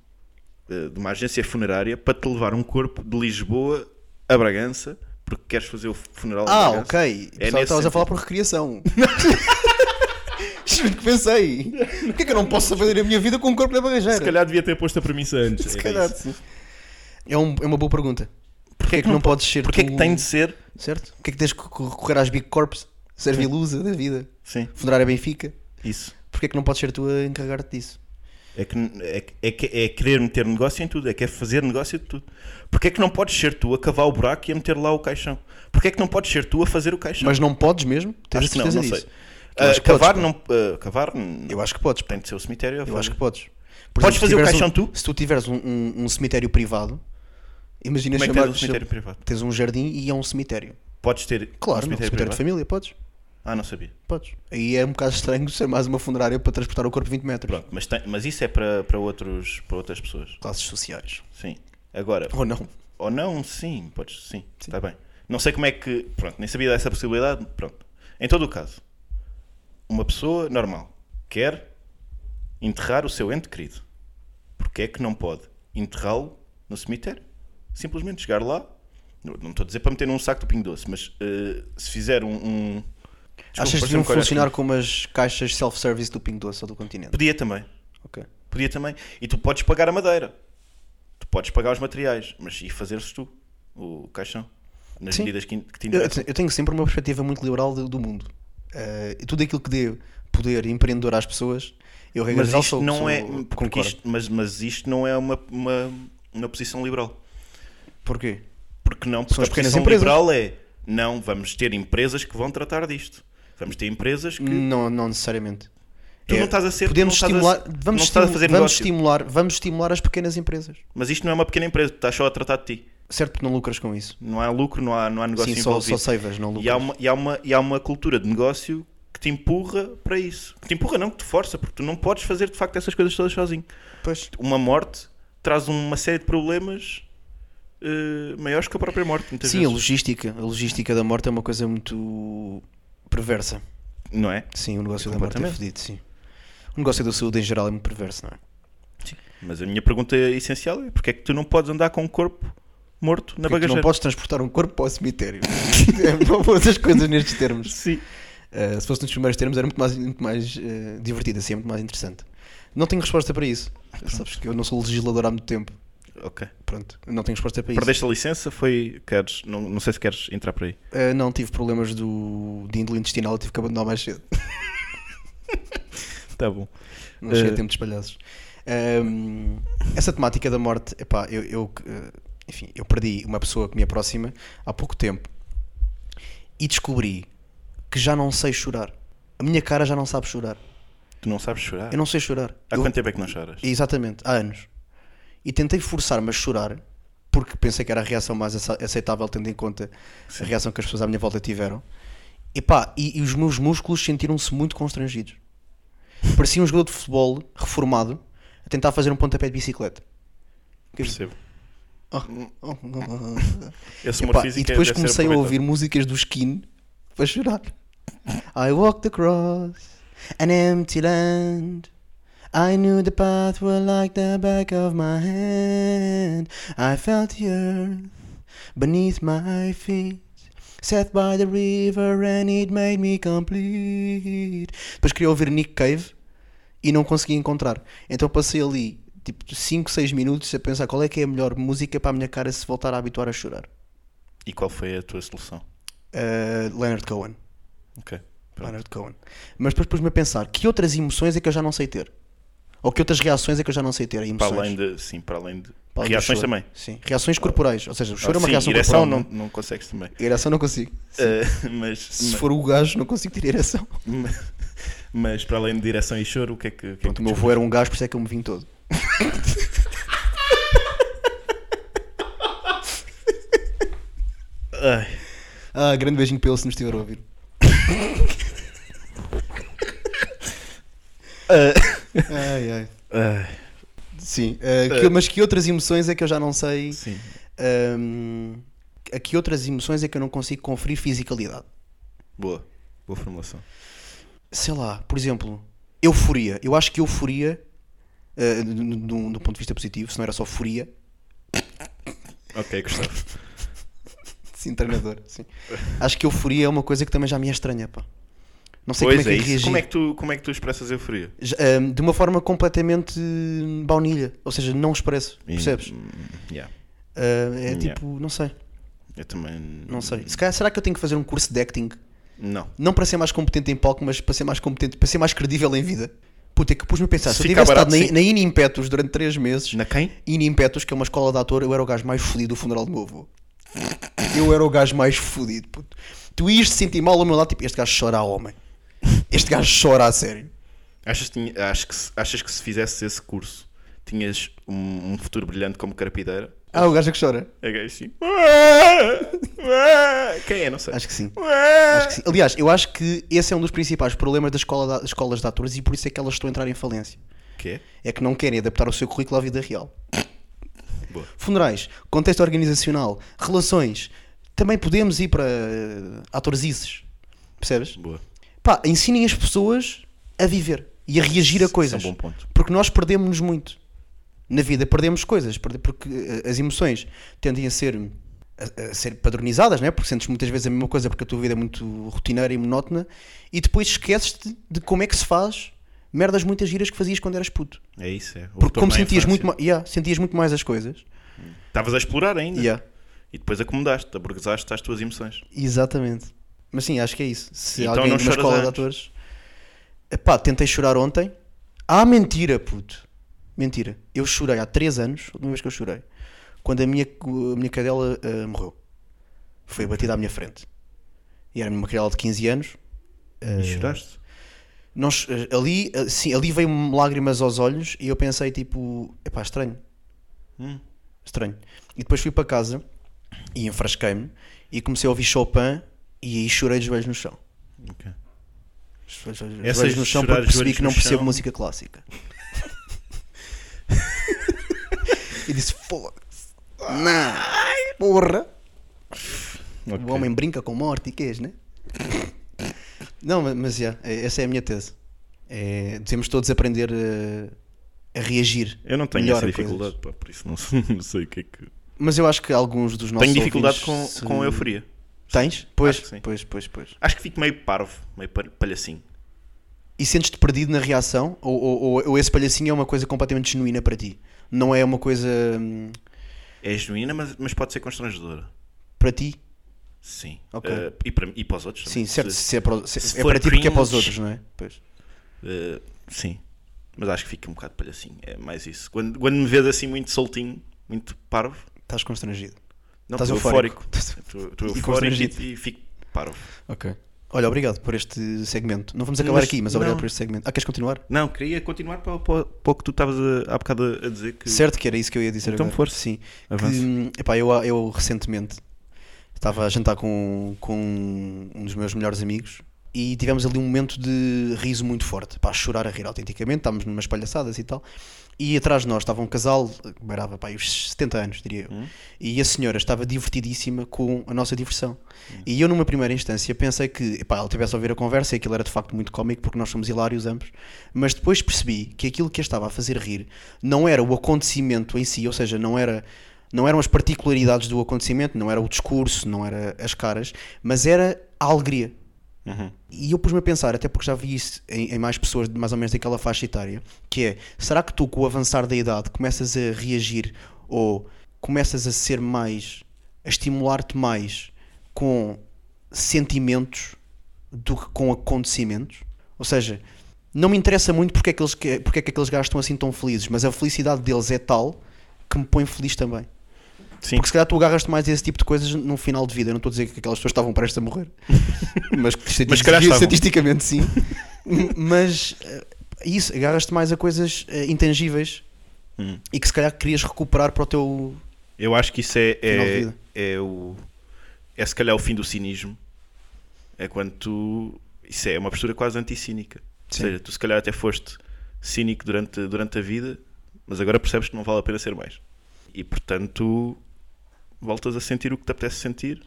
eh, de uma agência funerária para te levar um corpo de Lisboa a Bragança porque queres fazer o funeral em Ah, Bragança? ok. É Pessoal, nesse estavas a sentido. falar por recriação. Juro que pensei. Porquê que eu não posso fazer a minha vida com um corpo na bagageira? Se calhar devia ter posto a premissa antes. Se era calhar, isso. sim. É, um- é uma boa pergunta. Porquê é que não não, podes ser Porquê é tu- que tem de ser? Certo? Porquê é que tens que recorrer às Big Corps? Servilusa da vida? Sim, Funerária Benfica? isso. Porquê é que não podes ser tu a encarregar-te disso? É, que, é, que- é, que- é querer meter negócio em tudo, é que é fazer negócio de tudo. Porquê é que não podes ser tu a cavar o buraco e a meter lá o caixão? Porquê é que não podes ser tu a fazer o caixão? Mas não podes mesmo? Tens acho a que não, certeza não disso? sei. Eu Ah, acho que cavar, podes, não, ah, cavar não- Eu acho que podes. pá. tem de ser o cemitério. a Eu acho fazer. que podes. Por Podes se fazer o tiveres caixão um- tu? Se tu tiveres um, um- um cemitério privado, imagina Como é que chamar tens um cemitério privado? tens um jardim e é um cemitério. Podes ter Claro, um não, cemitério de privado? família, podes. Ah, não sabia. Podes. Aí é um bocado estranho ser mais uma funerária para transportar o corpo 20 metros. Pronto, mas, tem- mas isso é para, para, outros, para outras pessoas. Classes sociais. Sim. Agora, Ou não? Ou não, sim, podes, sim, está bem. Não sei como é que. Pronto, nem sabia dessa possibilidade. Pronto. Em todo o caso, uma pessoa normal quer enterrar o seu ente querido. Porquê é que não pode enterrá-lo no cemitério? Simplesmente chegar lá. Não não estou a dizer para meter num saco do pingo doce, mas eh, se fizer um. um... Desculpa, um Achas que pareceu-me deviam que olhaste funcionar muito. como as caixas self-service do Pingo Doce ou do Continente? Podia também. Ok. Podia também. E tu podes pagar a madeira. Tu podes pagar os materiais. Mas e fazeres tu o caixão? Nas Sim. medidas que, in- que te Eu, interessam. eu tenho sempre uma perspectiva muito liberal do, do mundo. Eh, tudo aquilo que dê poder e empreendedor às pessoas, eu regra mas geral, isto sou, não sou- é porque concordo. isto, mas, mas isto não é uma, uma, uma posição liberal Porquê? porque não porque São as a pequenas posição empresas. liberal é Não, vamos ter empresas que vão tratar disto. Vamos ter empresas que. Não, não necessariamente. Tu Hum, É, não estás a ser. Podemos não estás a- estimular, não vamos, estás a estimu- fazer vamos negócio. estimular, vamos estimular as pequenas empresas. Mas isto não é uma pequena empresa, tu estás só a tratar de ti. Certo que não lucras com isso. Não há lucro, não há, não há Um negócio Sim, só, envolvido. só savas, não lucras. E há, uma, e, há uma, e há uma cultura de negócio que te empurra para isso. Que te empurra, não, que te força, porque tu não podes fazer de facto essas coisas todas sozinho. Pois. Uma morte traz uma série de problemas eh, maiores que a própria morte, muitas Sim, a vezes. logística. A logística da morte é uma coisa muito perversa. Não é? Sim, o negócio da morte é Completamente. fedido, sim. O negócio da saúde em geral é muito perverso, não é? Mas a minha pergunta essencial é: porque é que tu não podes andar com um corpo Porque é que morto na tu não bagageira? podes transportar um corpo para o cemitério. É, não vou as coisas nestes termos. Sim. Uh, se fosse nos primeiros termos era muito mais, muito mais uh, divertido, assim, é muito mais interessante. Não tenho resposta para isso. Sabes que eu não sou legislador há muito tempo. Ok. Pronto, não tenho resposta para isso. Perdeste a licença? Foi. Queres? Não, não sei se queres entrar por aí. Uh, não, tive problemas do, de índole intestinal e tive que abandonar mais cedo. Tá bom. Não cheguei Eh, a tempo dos palhaços. Ahm, essa temática da morte, epá, eu, eu, eh, enfim, eu perdi uma pessoa que me aproxima há pouco tempo e descobri que já não sei chorar. A minha cara já não sabe chorar. Tu não sabes chorar? Eu não sei chorar. Há Eu- quanto tempo é que não choras? Exatamente, há anos. E tentei forçar-me a chorar porque pensei que era a reação mais ace- aceitável, tendo em conta a reação que as pessoas à minha volta tiveram. E pá, e, e os meus músculos sentiram-se muito constrangidos. Parecia um jogador de futebol reformado a tentar fazer um pontapé de bicicleta. Percebo. Oh, oh, oh, Esse oh. humor Epá, físico é e depois deve ser comecei a aproveitado. ouvir músicas do Skin para chorar. I walked across an empty land. I knew the path were like the back of my hand. I felt the earth beneath my feet. Sat by the river and it made me complete. Depois queria ouvir Nick Cave e não consegui encontrar. Então passei ali tipo 5, 6 minutos a pensar qual é que é a melhor música para a minha cara se voltar a habituar a chorar. E qual foi a tua solução? Uh, Leonard Cohen. Ok. Pronto. Leonard Cohen. Mas depois pus-me a pensar que outras emoções é que eu já não sei ter? Ou que outras reações é que eu já não sei ter? Para Emoções. além de. Sim, para além de. Para além do Reações choro. também. Ah, Sim, reações corporais. Ou seja, o choro é uma sim, reação ereção corporal. não, é? não consegues também. Ereção não consigo. Eh, mas, Se ma- for o gajo, não consigo ter ereção. ma- mas, para além de direção e choro, o que é que. o que é Pronto, que o meu avô era um gajo, por isso é que eu me vim todo. Ai, Ah, grande beijinho para ele se nos estiver a ouvir. Ah. ai, ai. ai, Sim, ah, que- mas que outras emoções é que eu já não sei? sim. Ahm, a que outras emoções é que eu não consigo conferir fisicalidade? Boa. Boa formulação. Sei lá, por exemplo, euforia. Eu acho que euforia, ah, do- do do- do ponto de vista positivo, se não era só furia, Ok, Gustavo. sim, treinador, sim. Acho que euforia é uma coisa que também já me é estranha, pá. Não sei Pois como é, é que isso. reagir. Como é que, tu, como é que tu expressas a euforia? Já, ahm, de uma forma completamente hum, baunilha, ou seja, não expresso, percebes? Hum, yeah. Ah, é Yeah. tipo, não sei, Eu também. não sei. Se calhar, será que eu tenho que fazer um curso de acting? Não. não para ser mais competente em palco, mas para ser mais competente, para ser mais credível em vida. Puta, é que pus-me a pensar, se eu Fica tivesse barato, estado na, sim. na Inimpetus durante 3 meses, Na quem? Inimpetus, que é uma escola de ator, eu era o gajo mais fodido do funeral do meu avô. Eu era o gajo mais fodido, puto. Tu ias te sentir mal ao meu lado, tipo, este gajo chora a homem. Este gajo chora a sério. Achas, que tinha- acho que, se- achas que se fizesse esse curso tinhas um, um futuro brilhante como carapideira? Ah, o gajo é que chora. É gay, sim. Quem é? Não sei. Acho que sim. Acho que sim. Aliás, eu acho que esse é um dos principais problemas das escola da- escolas de atores e por isso é que elas estão a entrar em falência. Que é que não querem adaptar o seu currículo à vida real. Boa. Funerais, contexto organizacional, relações. Também podemos ir para eh, atorzizes. Percebes? Boa. Pá, ensinem as pessoas a viver e a reagir a Isso é coisas. um bom ponto. Porque nós perdemos-nos muito. Na vida perdemos coisas, perde- porque eh, as emoções tendem a ser, a, a ser padronizadas, né? porque sentes muitas vezes a mesma coisa porque a tua vida é muito rotineira e monótona e depois esqueces-te de como é que se faz merdas muitas giras que fazias quando eras puto. É isso, é. O Porque retorno como à sentias muito, infância. ma- yeah, sentias muito mais as coisas. Estavas a explorar ainda. Yeah, E depois acomodaste, aburguesaste as tuas emoções. exatamente. Mas sim, acho que é isso. Se Então alguém não de uma choras escola de antes. atores. Epá, tentei chorar ontem. Ah, mentira, puto. Mentira. Eu chorei há 3 anos, a última vez que eu chorei, quando a minha, a minha cadela ah, morreu. Foi eh, batida à minha frente. E era uma criança de 15 anos. Eh, E choraste? Nós, eh, ali, eh, sim, ali veio-me lágrimas aos olhos e eu pensei tipo, epá, estranho. Hum. Estranho. E depois fui para casa e enfrasquei-me e comecei a ouvir Chopin e aí chorei de joelhos no chão. Ok. Os joelhos Essas joelhos no de chão chorar porque percebi joelhos que não no percebo chão. música clássica. e disse, foda-se. Não. Porra. Ok. O homem brinca com morte e queijo, né? não, ma- mas já, é- essa é a minha tese. É, devemos todos aprender eh, a, reagir. Eu não tenho melhor essa a coisas. dificuldade, pá, por isso não, sei- não sei o que é que. Mas eu acho que alguns dos nossos Tenho dificuldade com, ouvintes com se- euforia. Tens? Pois, Acho que sim. pois, pois, pois. Acho que fico meio parvo, meio pal- palhacinho. E sentes-te perdido na reação? Ou, ou- ou- ou esse palhacinho é uma coisa completamente genuína para ti? Não é uma coisa hum, É genuína, mas, mas pode ser constrangedora. para ti? Sim. Ok. Eh, e, para, mim- e para os outros também. Sim, certo. Se- Se é para, se- se é for para ti porque é para os cringe. outros, não é? Pois. eh, sim. Mas acho que fica um bocado palhacinho. É mais isso. Quando, quando me vês assim muito soltinho, muito parvo, Estás constrangido. não Estás estou eufórico. eufórico. Estou estou E eufórico constrangido. e, e fico parvo. Ok. Olha, obrigado por este segmento. Não vamos acabar Mas- aqui, mas obrigado não. por este segmento. Ah, queres continuar? Não, queria continuar para, para, para o que tu estavas a- há bocado a a dizer que Certo que era isso que eu ia dizer Então, agora. força. Sim. avança. Que, hum, epá, eu, eu recentemente estava a jantar com, com um dos meus melhores amigos e tivemos ali um momento de riso muito forte, pá, a chorar a rir autenticamente, estávamos numas palhaçadas e tal. E atrás de nós estava um casal, que beirava pá, aí os 70 anos, diria eu, e a senhora estava divertidíssima com a nossa diversão. E eu, numa primeira instância, pensei que epá, ela estivesse a ouvir a conversa e aquilo era de facto muito cómico porque nós somos hilários ambos, mas depois percebi que aquilo que a estava a fazer rir não era o acontecimento em si, ou seja, não era não eram as particularidades do acontecimento, não era o discurso, não era as caras, mas era a alegria. E eu pus-me a pensar, até porque já vi isso em, em mais pessoas de mais ou menos daquela faixa etária, que é, será que tu com o avançar da idade começas a reagir ou começas a ser mais, a estimular-te mais com sentimentos do que com acontecimentos? Ou seja, não me interessa muito porque é que eles, que- porque é que aqueles gajos estão assim tão felizes, mas a felicidade deles é tal que me põe feliz também. Sim. Porque se calhar tu agarras-te mais a esse tipo de coisas num final de vida. Eu não estou a dizer que aquelas pessoas estavam prestes a morrer, mas que estatistic- Mas se calhar estavam. estatisticamente sim. M- mas eh, isso, agarras-te mais a coisas eh, intangíveis Hum. e que se calhar querias recuperar para o teu. Eu acho que isso é, Final de é, vida. é o. É se calhar o fim do cinismo. É quando tu. Isso é uma postura quase anticínica. Sim. Ou seja, tu se calhar até foste cínico durante, durante a vida, mas agora percebes que não vale a pena ser mais. E portanto, voltas a sentir o que te apetece sentir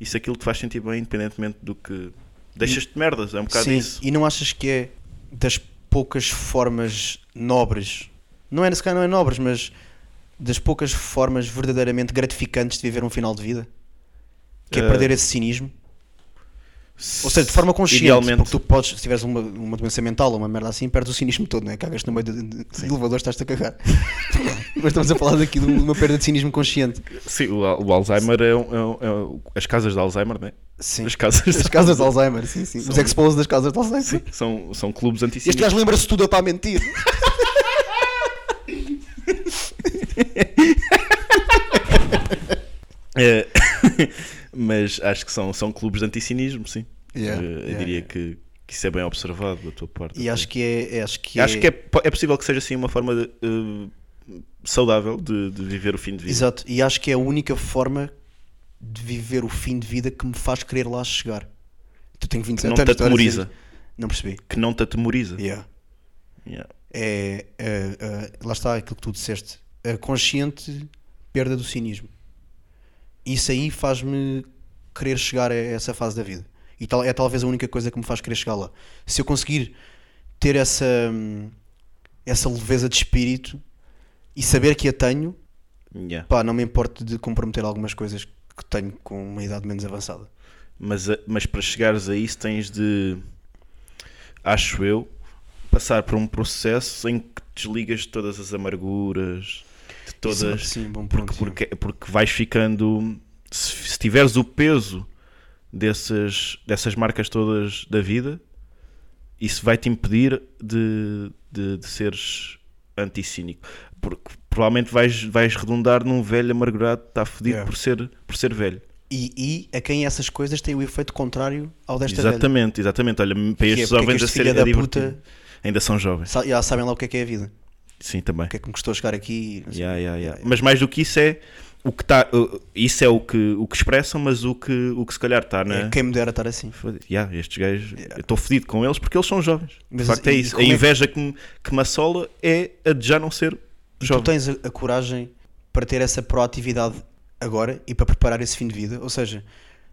e se aquilo te faz sentir bem, independentemente do que. Deixas-te merdas, é um bocado Sim, isso. e não achas que é das poucas formas nobres, não é se calhar não é nobres, mas das poucas formas verdadeiramente gratificantes de viver um final de vida? Que é Eh, perder esse cinismo? Ou seja, de forma consciente, Idealmente, porque tu podes, se tiveres uma, uma doença mental ou uma merda assim, perdes o cinismo todo, não é? Cagas no meio de, de, de elevador, estás-te a cagar. Mas estamos a falar daqui de uma perda de cinismo consciente. Sim, o, al- o Alzheimer é, um- é um- é um- As casas de Alzheimer, né? Sim. As casas As casas de Alzheimer, sim, sim. Os São- exposed das casas de Alzheimer. Sim, são, são clubes Este anticínicos. gajo lembra-se de tudo, é para mentir. É, mas acho que são, são clubes de anticinismo, sim. Eh, Yeah, eu yeah, diria yeah. Que, que isso é bem observado da tua parte. E até. acho que é. é- Acho que Acho que é, po- é possível que seja assim uma forma de, eh, saudável de, de viver o fim de vida. Exato, e acho que é a única forma de viver o fim de vida que me faz querer lá chegar. Tu tens 27 Não anos, te tu eras atemoriza. assim. Não percebi. Que não te atemoriza. Yeah. Yeah. é, é, é, lá está aquilo que tu disseste, a consciente perda do cinismo. Isso aí faz-me querer chegar a essa fase da vida. E tal, é talvez a única coisa que me faz querer chegar lá. Se eu conseguir ter essa, hum, essa leveza de espírito e saber que a tenho, Yeah. pá, não me importo de comprometer algumas coisas que tenho com uma idade menos avançada. Mas, a- mas para chegares a isso tens de, acho eu, passar por um processo em que desligas de todas as amarguras, de todas Sim, bom porque, ponto, sim. porque, porque vais ficando. Se, se tiveres o peso dessas, dessas marcas todas da vida, isso vai te impedir de, de, de seres anticínico. Porque provavelmente vais, vais redundar num velho amargurado que está fedido Yeah. por, ser, por ser velho. e, e a quem essas coisas têm o efeito contrário ao desta velha. Exatamente, exatamente. Olha, para é? estes Porque é que jovens este a ser filho é da divertido. puta- Ainda são jovens. Sa- Já sabem lá o que é que é a vida. Sim, também. O que é que me custou chegar aqui. não sei. Yeah, yeah, yeah. Mas mais do que isso é o que está. Isso é o que, o que expressam, mas o que, o que se calhar está na. É, Quem me dera estar assim. Foda-se. Yeah, estes gajos, eu estou fedido com eles porque eles são jovens. Mas de facto é e- e isso. A como é que- inveja que, me, que me assola é a de já não ser E jovem. tu tens a, a coragem para ter essa proatividade agora e para preparar esse fim de vida? Ou seja,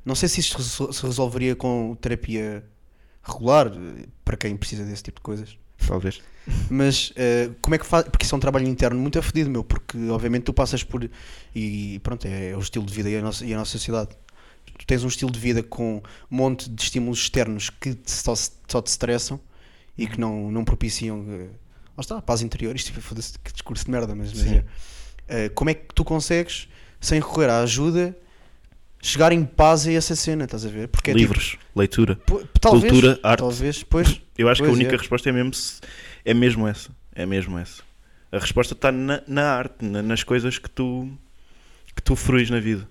não sei se isto reso- se resolveria com terapia regular, eh, para quem precisa desse tipo de coisas. Talvez. Mas eh, como é que faz? Porque isso é um trabalho interno muito afedido, meu. Porque obviamente tu passas por. E pronto, é, é o estilo de vida e a, nossa, e a nossa sociedade. Tu tens um estilo de vida com um monte de estímulos externos que te- só, se- só te estressam e que Uhum. não, não propiciam. eh, lá está, paz interior. Isto tipo, foda-se, que discurso de merda, mas. mas Sim. é. Eh, como é que tu consegues, sem recorrer à ajuda, chegar em paz a essa cena? Estás a ver? Porque é tipo, Livros, leitura. po- talvez, cultura, arte. Talvez, pois. Eu acho que a Pois única é. resposta é mesmo, se- é mesmo essa. É mesmo essa. A resposta está na, na arte, na- nas coisas que tu, que tu fruis na vida.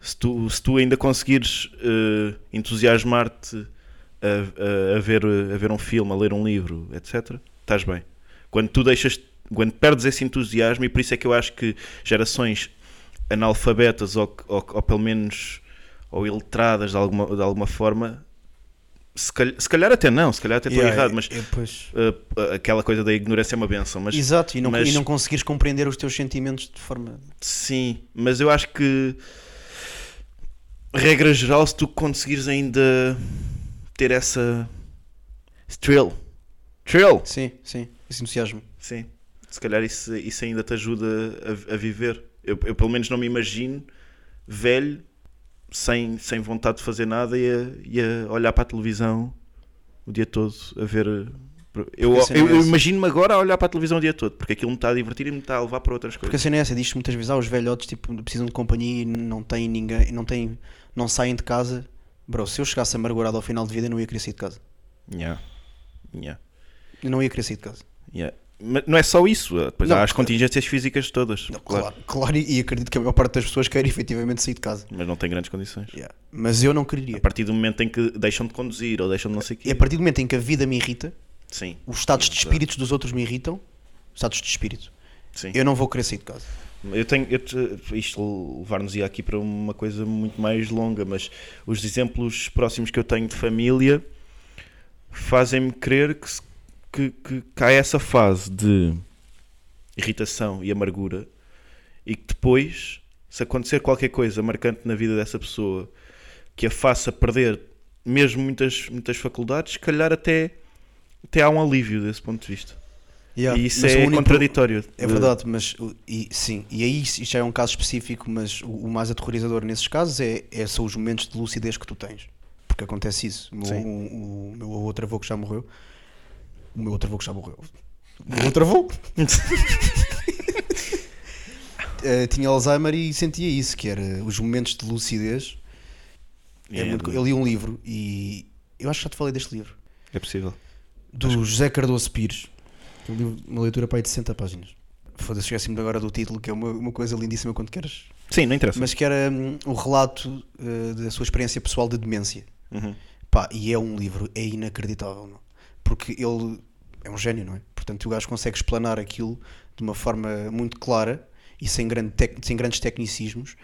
Se tu, se tu ainda conseguires eh, entusiasmar-te a, a- a ver, a ver um filme, a ler um livro, etc., estás bem. Quando tu deixas, quando perdes esse entusiasmo, e por isso é que eu acho que gerações analfabetas ou, que- ou, que- ou pelo menos ou iletradas de alguma, de alguma forma, se calhar, se calhar até não, se calhar até estou Yeah, errado, mas é, pois. uh, aquela coisa da ignorância é uma benção, mas Exato, e não, mas- e não conseguires compreender os teus sentimentos de forma. sim, mas eu acho que regra geral, se tu conseguires ainda ter essa esse thrill, thrill, Sim, sim, esse entusiasmo. sim, se calhar isso, isso ainda te ajuda a, a viver. Eu, eu pelo menos não me imagino velho sem, sem vontade de fazer nada e a, e a olhar para a televisão o dia todo a ver. uh, Eu, Porque a cena eu- é eu essa. imagino-me agora a olhar para a televisão o dia todo, porque aquilo me está a divertir e me está a levar para outras coisas. Porque a cena é essa, diz-se muitas vezes, ah, os velhotes tipo, precisam de companhia e não têm ninguém, não têm, não saem de casa. Bro, se eu chegasse amargurado ao final de vida, eu não ia querer sair de casa. Yeah. Yeah. Eu não ia querer sair de casa. Yeah. Mas não é só isso, depois Não, há as claro. contingências físicas todas, Não, claro. claro. claro, e acredito que a maior parte das pessoas quer efetivamente sair de casa. mas não tem grandes condições. Yeah. Mas eu não A quereria. partir do momento em que deixam de conduzir ou deixam de não sei o E quê, a partir do momento em que a vida me irrita, sim, os estados de Exato. espíritos dos outros me irritam, os estados de espírito, sim. eu não vou querer sair de casa. Eu tenho, eu te- isto levar-nos ia aqui para uma coisa muito mais longa, mas os exemplos próximos que eu tenho de família fazem-me crer que, se- que, que, que há essa fase de irritação e amargura e que depois, se acontecer qualquer coisa marcante na vida dessa pessoa que a faça perder mesmo muitas, muitas faculdades, se calhar até, até há um alívio desse ponto de vista. Yeah, E isso mas é o único- contraditório. É de- verdade, mas o- e, sim, e aí isto já é um caso específico, mas o, o mais aterrorizador nesses casos é, é- são os momentos de lucidez que tu tens, porque acontece isso. O meu, Sim. o, o meu outro avô que já morreu, o meu outro avô que já morreu, o meu outro avô eh, tinha Alzheimer e sentia isso, que era os momentos de lucidez. É É, muito- eu li um livro e eu acho que já te falei deste livro, é possível. do José Cardoso Pires, um livro- uma leitura para aí de 60 páginas. Foda-se, esqueci-me agora do título, que é uma- uma coisa lindíssima quando queres Sim, não interessa. mas que era hum, um relato uh, da sua experiência pessoal de demência. Uhum. Pá, e é um livro, é inacreditável, não? porque ele é um gênio, não é? Portanto, o gajo consegue explanar aquilo de uma forma muito clara e sem, grande tec- sem grandes tecnicismos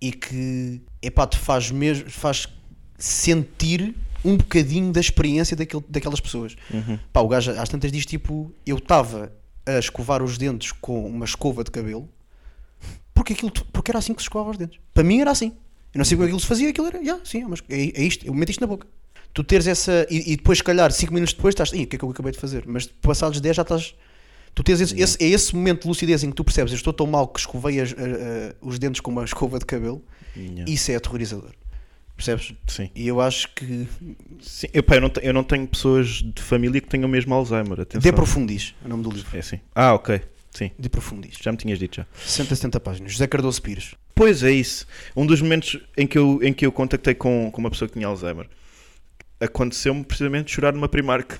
e que, epá, te faz, mesmo, faz sentir um bocadinho da experiência daquele, daquelas pessoas. Uhum. Pá, o gajo às tantas diz tipo, eu estava a escovar os dentes com uma escova de cabelo porque, aquilo, porque era assim que se escovava os dentes. Para mim era assim. Eu não sei como aquilo se fazia, aquilo era. "Ya, sim, é, uma esco- é- é isto, eu meto isto na boca. Tu teres essa. E, e depois, se calhar, 5 minutos depois, estás. "Ih, o que é que eu acabei de fazer? Mas passados 10 já estás. Tu tens esse, esse- é esse momento de lucidez em que tu percebes, eu estou tão mal que escovei as- a- a- os dentes com uma escova de cabelo. Yeah. Isso é aterrorizador. Percebes? Sim. E eu acho que. Sim, eu, pá, eu, não, te- eu não tenho pessoas de família que tenham mesmo Alzheimer. Atenção. De Profundis, é o nome do livro. É assim. Ah, ok. Sim. De Profundis. Já me tinhas dito já. 60, 70 páginas. José Cardoso Pires. Pois é isso. Um dos momentos em que eu, em que eu contactei com, com uma pessoa que tinha Alzheimer aconteceu-me precisamente chorar numa Primark.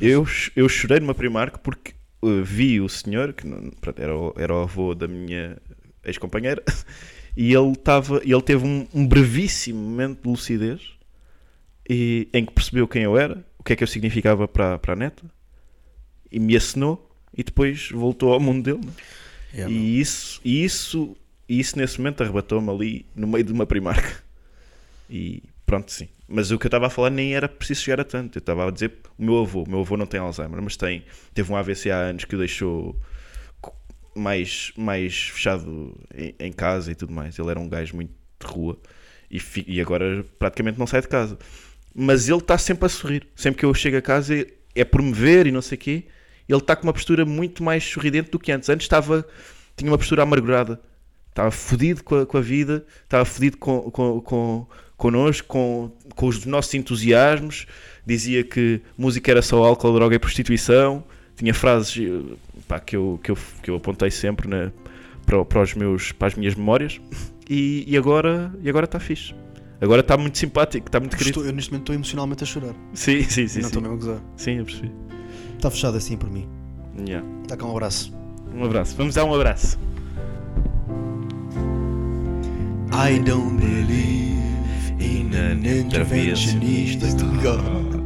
Eu, ch- eu chorei numa Primark porque eh, uh, vi o senhor, que não- pronto, era, o, era o avô da minha ex-companheira, E ele, tava, ele teve um, um brevíssimo momento de lucidez e, em que percebeu quem eu era, o que é que eu significava para, para a neta, e me assinou e depois voltou ao mundo dele. né? Yeah, É, meu. E isso, e isso, e isso nesse momento arrebatou-me ali no meio de uma primarca. E pronto, sim. Mas o que eu estava a falar nem era preciso chegar a tanto. Eu estava a dizer o meu avô. O meu avô não tem Alzheimer, mas tem, teve um AVC há anos que o deixou co- mais, mais fechado em, em casa e tudo mais. Ele era um gajo muito de rua e, fi- e agora praticamente não sai de casa. Mas ele está sempre a sorrir. Sempre que eu chego a casa é por me ver e não sei o quê. Ele está com uma postura muito mais sorridente do que antes. Antes estava, tinha uma postura amargurada. Estava fodido com a, com a vida, estava fodido com, com, com, connosco, com, com os nossos entusiasmos. Dizia que música era só álcool, droga e prostituição. Tinha frases eh, pá, que, eu, que, eu, que eu apontei sempre na- para, o- para os meus, para as minhas memórias. E, e agora e agora está fixe. Agora está muito simpático, está muito querido. Estou- eu neste momento estou emocionalmente a chorar. Sim, sim, sim. não Sim, estou mesmo a gozar. sim eu percebi. Está fechado assim por mim. Yeah. Dá cá um abraço. Um abraço. Vamos dar um abraço. I don't believe in an interventionist God.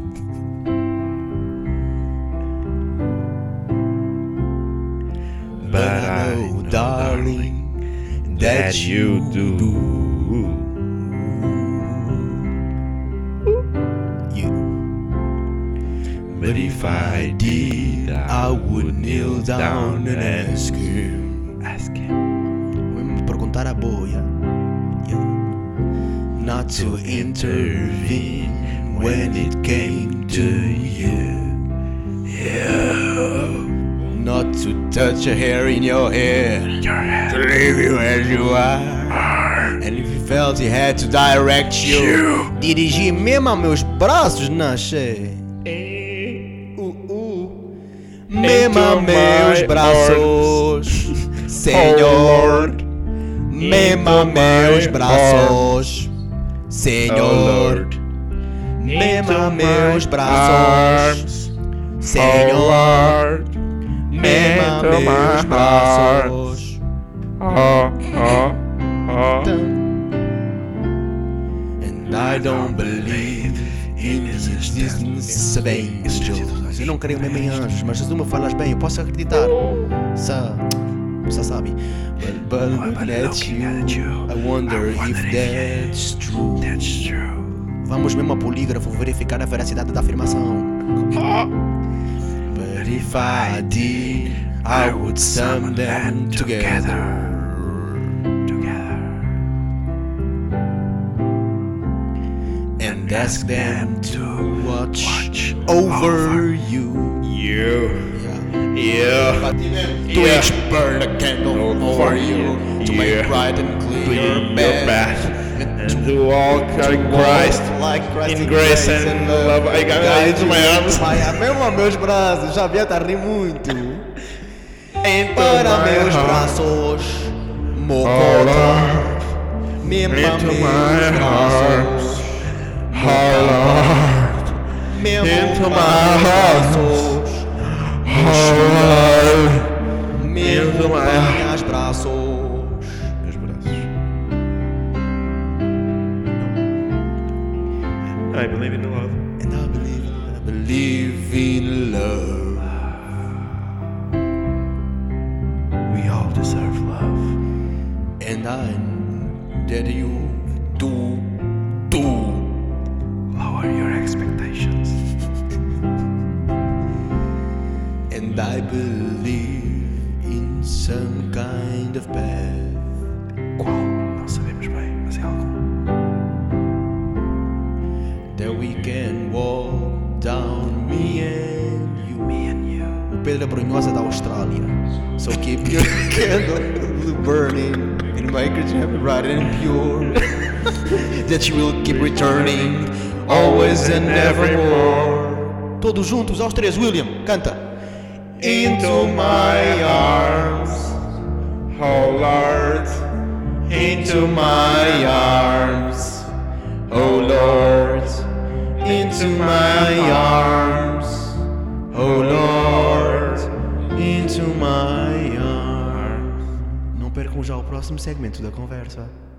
But I know, darling, that you do. You. But if I did, I would kneel down and ask him. Ask him. Me perguntar a boia. Not to intervene when it came to you. Not to touch a hair in your head. To leave you as you are. And if you felt he had to direct you. Dirigir mesmo aos meus braços, nasce. E uh. Mesmo aos meus braços, Senhor. Mesmo aos meus braços, Oh, Senhor. Mesmo aos meus braços, Senhor. Mema meus braços. And I don't believe in the existence of angels. Eu não creio mesmo em anjos, mas se tu me falas bem, eu posso acreditar. Sa, sa sabe. But, but, but at you, I wonder if that's true. Vamos mesmo ao polígrafo verificar a veracidade da afirmação. But if I did, I would sum them together. And ask them to watch, over you. Yeah. Yeah. But to each burn a candle over you. To make Yeah. bright and clear your bed. And to walk like Christ. Like Christ In grace and love. I got it into my arms. Vai, mesmo é a meus braços, já vi a rir muito. Para my meus heart. braços, Oh, mocota. Lord. Mesmo a into meus my braços, Oh, Lord. mesmo into a my meus heart. braços, Oh, Lord. mesmo into my a heart. meus braços. Meus braços. I believe in love. And I believe, I believe in love. We all deserve love. And I that you do, do. Lower your expectations. And I believe in some kind of path. Qual? Não sabemos bem, mas é algo. That we can walk down me and you. Me and you. O Pedro é Brunhosa da Austrália. So keep your candle burning and make it bright and pure. that you will keep returning always and evermore. Todos juntos aos três, William, canta. Into my arms, oh Lord. Into my arms, oh Lord. Into my arms, oh Lord. Into my arms. Não percam já o próximo segmento da conversa.